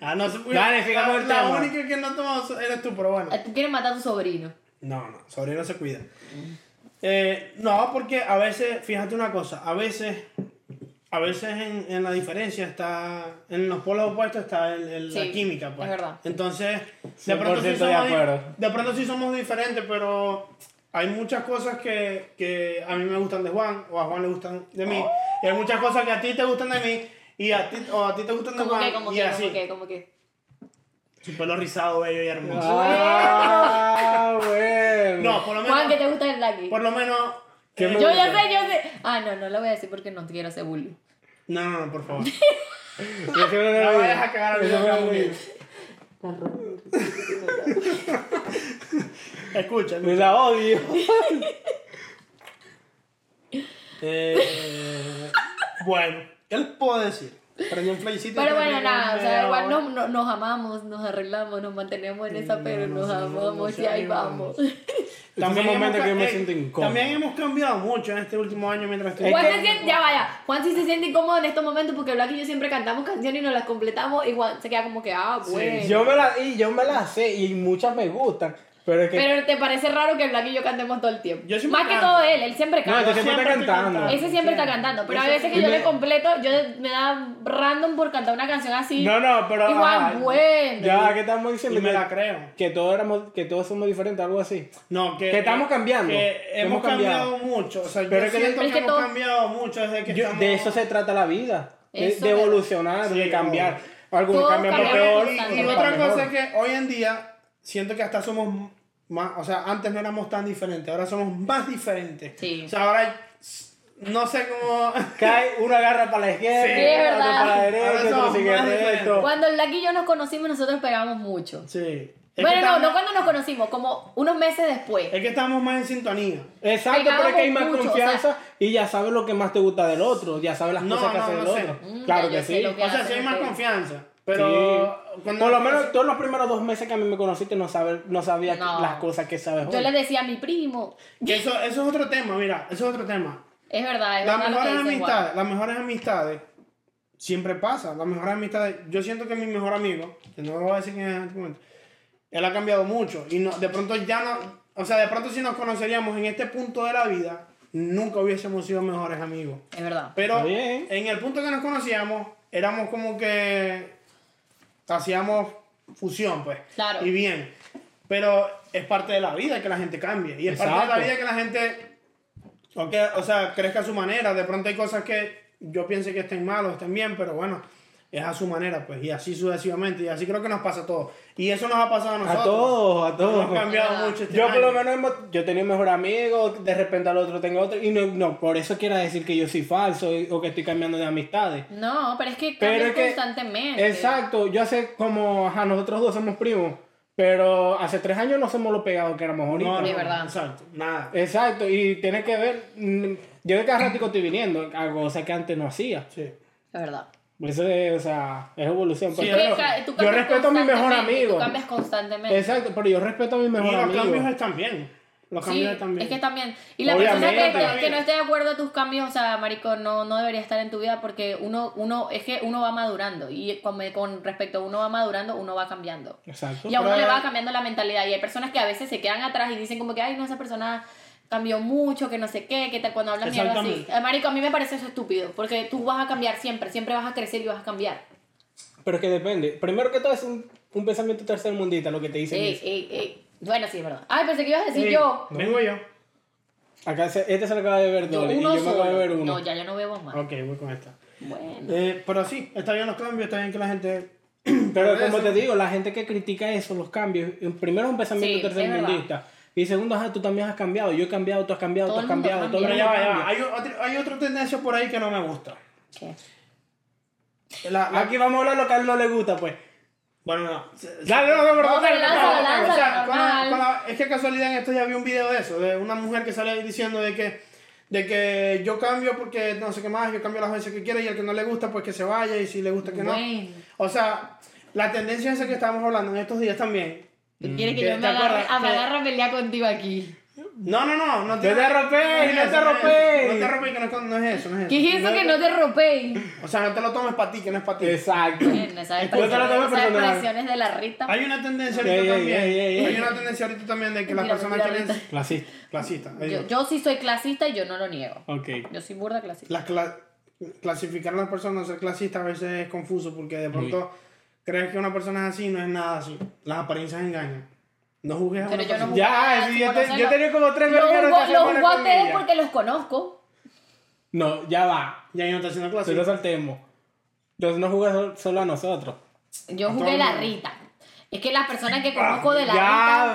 Speaker 3: Ah, no sé.
Speaker 1: Dale, sigamos
Speaker 3: la,
Speaker 1: el
Speaker 3: la
Speaker 1: tema.
Speaker 3: única que no ha tomado eres tú, pero bueno.
Speaker 2: Tú quieres matar a tu sobrino.
Speaker 3: No, no, sobre no se cuida. Eh, no, porque a veces, fíjate una cosa, a veces a veces en, en la diferencia está, en los polos opuestos está el, el-
Speaker 2: Sí,
Speaker 3: la química, pues.
Speaker 2: es verdad.
Speaker 3: Entonces, de
Speaker 1: 100%
Speaker 3: pronto, sí
Speaker 1: de
Speaker 3: somos, di-
Speaker 1: acuerdo.
Speaker 3: de pronto sí somos diferentes, pero hay muchas cosas que, que a mí me gustan de Juan, o a Juan le gustan de mí, y hay muchas cosas que a ti te gustan de mí, y a ti, o a ti te gustan de
Speaker 2: Como
Speaker 3: Juan,
Speaker 2: que, como
Speaker 3: y
Speaker 2: que,
Speaker 3: así.
Speaker 2: como que, como que.
Speaker 3: Su pelo rizado, bello y hermoso.
Speaker 1: Ah, bueno.
Speaker 3: No, por lo menos,
Speaker 2: Juan, ¿qué te gusta del Lucky?
Speaker 3: por lo menos...
Speaker 1: ¿Qué
Speaker 3: eh,
Speaker 1: me
Speaker 2: Yo ya sé, yo sé. Ah, no, no lo voy a decir porque no te quiero hacer bullying.
Speaker 3: No, no, no, por favor.
Speaker 1: Yo siempre me
Speaker 3: No
Speaker 1: olvido.
Speaker 3: vayas Ah, a cagar al
Speaker 1: Yo
Speaker 3: video
Speaker 1: siempre
Speaker 3: que
Speaker 1: me
Speaker 3: vamos a
Speaker 1: olvido.
Speaker 3: ir. Escucha,
Speaker 1: Me la odio.
Speaker 3: Eh, bueno, ¿qué les puedo decir? Prendí un flycito.
Speaker 2: Pero bueno, nada, o sea, igual
Speaker 3: no
Speaker 2: no, no- nos amamos, nos arreglamos, nos mantenemos en esa, pero nos amamos y ahí vamos.
Speaker 1: También Este es un momento que me siento incómodo.
Speaker 3: eh, También hemos cambiado mucho en este último año mientras estoy.
Speaker 1: Es
Speaker 2: Juan
Speaker 1: que-
Speaker 2: se siente, ya vaya, Juan sí se siente incómodo en estos momentos porque Black y yo siempre cantamos canciones y nos las completamos y Juan se queda como que, ah, bueno.
Speaker 1: Yo me la, y yo me la sé y muchas me gustan. Pero es que.
Speaker 2: Pero te parece raro que Black y yo cantemos todo el tiempo.
Speaker 3: Yo siempre
Speaker 2: Más que
Speaker 3: canto.
Speaker 2: todo él, él siempre
Speaker 1: no,
Speaker 2: canta.
Speaker 1: yo siempre está
Speaker 3: siempre estoy
Speaker 1: cantando.
Speaker 3: cantando.
Speaker 2: Ese siempre está cantando, pero a veces que yo le completo, yo me da random por cantar una canción así.
Speaker 1: No, no, pero.
Speaker 2: Y Juan,
Speaker 1: ajá,
Speaker 2: bueno.
Speaker 1: Ya, ¿qué estamos diciendo?
Speaker 3: Y me
Speaker 1: Que-
Speaker 3: la creo.
Speaker 1: Que todos, éramos, que todos somos diferentes, algo así.
Speaker 3: No, que,
Speaker 1: Que estamos cambiando,
Speaker 3: que
Speaker 1: que
Speaker 3: hemos
Speaker 1: hemos
Speaker 3: cambiado, mucho. O sea, yo
Speaker 1: Pero es que-
Speaker 3: siento que,
Speaker 2: Es que
Speaker 3: hemos
Speaker 2: todo-
Speaker 3: cambiado mucho desde que
Speaker 1: Yo-
Speaker 3: estamos.
Speaker 1: de eso se trata la vida. De,
Speaker 2: Eso
Speaker 1: de
Speaker 2: es-
Speaker 1: evolucionar,
Speaker 3: Sí,
Speaker 1: de cambiar.
Speaker 3: obvio.
Speaker 1: Algunos
Speaker 2: Todos
Speaker 1: cambian para
Speaker 2: cambiamos
Speaker 1: peor.
Speaker 2: bastante.
Speaker 3: Y
Speaker 1: otros
Speaker 3: otra
Speaker 1: para mejor.
Speaker 3: cosa es que hoy en día siento que hasta somos más, o sea, antes no éramos tan diferentes, ahora somos más diferentes.
Speaker 2: Sí.
Speaker 3: O sea, ahora no sé cómo...
Speaker 1: Cae, uno agarra para la
Speaker 3: Sí,
Speaker 1: izquierda,
Speaker 2: es
Speaker 1: otro para la
Speaker 2: verdad.
Speaker 1: derecha,
Speaker 3: Ahora
Speaker 1: otro
Speaker 3: somos
Speaker 1: sigue
Speaker 3: más
Speaker 1: recto.
Speaker 2: Cuando el Black y yo nos conocimos, nosotros pegábamos mucho.
Speaker 3: Sí.
Speaker 2: bueno, no, no cuando nos conocimos, como unos meses después.
Speaker 3: Es que estamos más en sintonía.
Speaker 1: Exacto, pero es que hay más
Speaker 2: Pegábamos mucho,
Speaker 1: confianza y ya sabes lo que más te gusta del otro, ya sabes las
Speaker 3: No,
Speaker 1: cosas que
Speaker 3: no,
Speaker 1: hace
Speaker 3: no
Speaker 1: el
Speaker 3: sé.
Speaker 1: otro.
Speaker 2: Mm,
Speaker 1: claro
Speaker 2: ya yo
Speaker 1: que
Speaker 2: sé
Speaker 1: sí.
Speaker 2: lo que
Speaker 3: O sea, sí hay
Speaker 2: hacen
Speaker 3: más
Speaker 2: ustedes.
Speaker 3: confianza. Pero...
Speaker 1: Pero
Speaker 3: cuando-
Speaker 1: por lo menos todos los primeros dos meses que a mí me conociste no sabes, no sabía
Speaker 2: No.
Speaker 1: las cosas que sabes
Speaker 2: Yo
Speaker 1: hoy.
Speaker 2: le decía a mi primo.
Speaker 3: que eso, eso es otro tema, mira, eso es otro tema.
Speaker 2: Es verdad, es
Speaker 3: Las
Speaker 2: verdad. lo que
Speaker 3: mejores
Speaker 2: dice Juan.
Speaker 3: amistades, las mejores amistades siempre pasa. Las mejores amistades, yo siento que mi mejor amigo, que no lo voy a decir quién es en este momento, él ha cambiado mucho. Y no, de pronto ya no, o sea, de pronto si nos conoceríamos en este punto de la vida, nunca hubiésemos sido mejores amigos.
Speaker 2: Es verdad.
Speaker 3: Pero
Speaker 1: Está bien.
Speaker 3: en el punto que nos conocíamos, éramos como que hacíamos fusión, pues.
Speaker 2: Claro.
Speaker 3: Y bien. Pero es parte de la vida que la gente cambie. Y es parte de
Speaker 1: Exacto.
Speaker 3: la vida que la gente, o, que- o sea, crezca a su manera. De pronto hay cosas que yo piense que estén mal o estén bien, pero bueno, es a su manera, pues. Y así sucesivamente. Y así creo que nos pasa a todos. Y eso nos ha pasado a nosotros.
Speaker 1: A todos, a todos.
Speaker 3: Hemos cambiado
Speaker 2: Ah.
Speaker 3: mucho. este
Speaker 1: Yo por lo
Speaker 3: año.
Speaker 1: menos hemos- yo tenía un mejor amigo, de repente al otro tengo otro, y no, no por eso quiera decir que yo soy falso y- o que estoy cambiando de amistades.
Speaker 2: No, pero es que
Speaker 1: Pero
Speaker 2: cambian
Speaker 1: es que-
Speaker 2: constantemente.
Speaker 1: Exacto, yo hace como, ajá, nosotros dos somos primos, pero hace tres años no somos los pegados que éramos ahorita.
Speaker 3: No, no,
Speaker 2: Es verdad.
Speaker 3: Exacto. Nada.
Speaker 1: Eh, Exacto, y tiene que ver, mm, yo de cada ratico estoy viniendo, a cosas que antes no hacía.
Speaker 3: Sí.
Speaker 2: Es verdad.
Speaker 1: Eso es, o sea, es evolución.
Speaker 3: Sí,
Speaker 1: porque
Speaker 2: Es que
Speaker 1: yo-
Speaker 2: ca- tú
Speaker 1: yo
Speaker 2: cambias
Speaker 1: respeto a mi mejor
Speaker 2: constantemente,
Speaker 1: amigo.
Speaker 2: Tú cambias constantemente.
Speaker 1: Exacto, pero yo respeto a mi
Speaker 3: Y
Speaker 1: mejor
Speaker 3: los cambios
Speaker 1: amigo.
Speaker 3: están bien. Los
Speaker 2: Sí,
Speaker 3: cambios están bien.
Speaker 2: es que también. Y la
Speaker 1: Obviamente.
Speaker 2: persona que, que no esté de acuerdo a tus cambios, o sea, marico, no, no debería estar en tu vida porque uno, uno, es que uno va madurando. Y con, con respecto a uno va madurando, uno va cambiando.
Speaker 1: Exacto.
Speaker 2: Y a uno
Speaker 3: Pero-
Speaker 2: le va cambiando la mentalidad. Y hay personas que a veces se quedan atrás y dicen como que, ay, no, esa persona cambió mucho, que no sé qué, que tal, cuando hablan mierda así.
Speaker 3: Exactamente.
Speaker 2: Eh, Marico, a mí me parece eso estúpido, porque tú vas a cambiar siempre, siempre vas a crecer y vas a cambiar.
Speaker 1: Pero es que depende. Primero que todo es un, un pensamiento tercermundista lo que te dicen.
Speaker 2: Ey,
Speaker 1: es-
Speaker 2: ey, ey. Bueno, sí, es verdad. Ay, pensé que ibas a decir
Speaker 3: Sí,
Speaker 2: yo.
Speaker 3: Vengo yo.
Speaker 1: Acá se- este se lo acaba de ver
Speaker 2: Yo
Speaker 1: doble y yo
Speaker 2: uno
Speaker 1: me acabo de
Speaker 2: solo.
Speaker 1: ver uno.
Speaker 2: No, ya yo no bebo más.
Speaker 3: Ok, voy con esta.
Speaker 2: Bueno.
Speaker 3: Eh, pero sí, está bien los cambios, está bien que la gente.
Speaker 1: Pero
Speaker 3: Por
Speaker 1: como
Speaker 3: eso.
Speaker 1: te digo, la gente que critica eso, los cambios, eh, primero es un pensamiento
Speaker 2: Sí, es
Speaker 1: tercermundista. Y segundo, ajá, tú también has cambiado. Yo he cambiado, tú has cambiado,
Speaker 2: Todo
Speaker 1: tú
Speaker 2: el
Speaker 1: has
Speaker 2: mundo
Speaker 1: cambiado. Todo el
Speaker 3: Pero
Speaker 1: mundo
Speaker 2: cambia.
Speaker 3: ya va, ya va.
Speaker 1: cambia.
Speaker 3: Hay, o- otro, hay otra tendencia por ahí que no me gusta.
Speaker 2: ¿Qué?
Speaker 3: La- la-
Speaker 1: Aquí vamos a hablar lo que a él no le gusta, pues.
Speaker 3: bueno, no. se- se-
Speaker 1: Dale, no, no,
Speaker 2: No,
Speaker 1: perdón.
Speaker 2: pero
Speaker 1: dale,
Speaker 2: lánzalo,
Speaker 1: dale, dale.
Speaker 2: lánzalo.
Speaker 3: o sea, con la-
Speaker 2: normal.
Speaker 3: con la- es que casualidad en esto ya vi un video de eso, de una mujer que sale ahí diciendo de que, de que yo cambio porque no sé qué más, yo cambio las veces que quiera y el que no le gusta, pues que se vaya y si le gusta que no.
Speaker 2: Bueno.
Speaker 3: O sea, la tendencia esa que estábamos hablando en estos días también.
Speaker 2: ¿Tú quieres que
Speaker 3: ¿Te-
Speaker 2: yo
Speaker 3: te
Speaker 2: me agarre,
Speaker 3: acuerdas?
Speaker 2: a me
Speaker 3: Que-
Speaker 2: agarre a pelear contigo aquí?
Speaker 3: No, no, no, no
Speaker 1: No te arropéis, no te arropéis.
Speaker 3: No te arropéis, que no, es con- no es eso, no es eso.
Speaker 2: ¿Qué es eso que no te rompéis?
Speaker 3: O sea, no te lo tomes para ti, que no es para ti.
Speaker 1: Exacto.
Speaker 2: Bueno, esas
Speaker 1: Yo te lo tomo
Speaker 2: expresiones, esas
Speaker 1: personal.
Speaker 2: expresiones de la Rita.
Speaker 3: Hay una tendencia
Speaker 1: Ey,
Speaker 3: ahorita
Speaker 1: ey,
Speaker 3: también.
Speaker 1: ey, ey, ey.
Speaker 3: Hay una tendencia ahorita también de que las
Speaker 2: Mira,
Speaker 3: personas
Speaker 2: mira,
Speaker 3: quieren.
Speaker 2: ahorita.
Speaker 1: Clasista.
Speaker 3: Clasista. ahí
Speaker 2: Yo,
Speaker 3: digo.
Speaker 2: yo sí soy clasista y yo no lo niego.
Speaker 1: Ok.
Speaker 2: Yo soy burda clasista.
Speaker 3: Las cla- clasificar a las personas, ser clasista a veces es confuso porque de pronto crees que una persona es así y no es nada así. Las apariencias engañan. No juzgues a
Speaker 2: Pero yo
Speaker 3: una
Speaker 2: no
Speaker 3: persona.
Speaker 2: juzgo a
Speaker 3: Ya,
Speaker 2: nadie
Speaker 3: sí,
Speaker 2: sin
Speaker 3: yo, te-
Speaker 2: conocerlo.
Speaker 3: yo tenía como tres
Speaker 2: Los
Speaker 3: vergueros esta
Speaker 2: juzgo, los
Speaker 3: semana
Speaker 2: juzgo a
Speaker 3: con
Speaker 2: ustedes
Speaker 3: ella.
Speaker 2: porque los conozco.
Speaker 1: No, ya va.
Speaker 3: Ya yo no está haciendo
Speaker 1: Si
Speaker 3: clase.
Speaker 1: no saltemos. Entonces no juegas sol- solo a nosotros.
Speaker 2: Yo
Speaker 3: Todo
Speaker 2: jugué
Speaker 3: el
Speaker 2: la
Speaker 3: mundo.
Speaker 2: Rita. Es que las personas
Speaker 3: Ah,
Speaker 2: que conozco de la
Speaker 1: Ya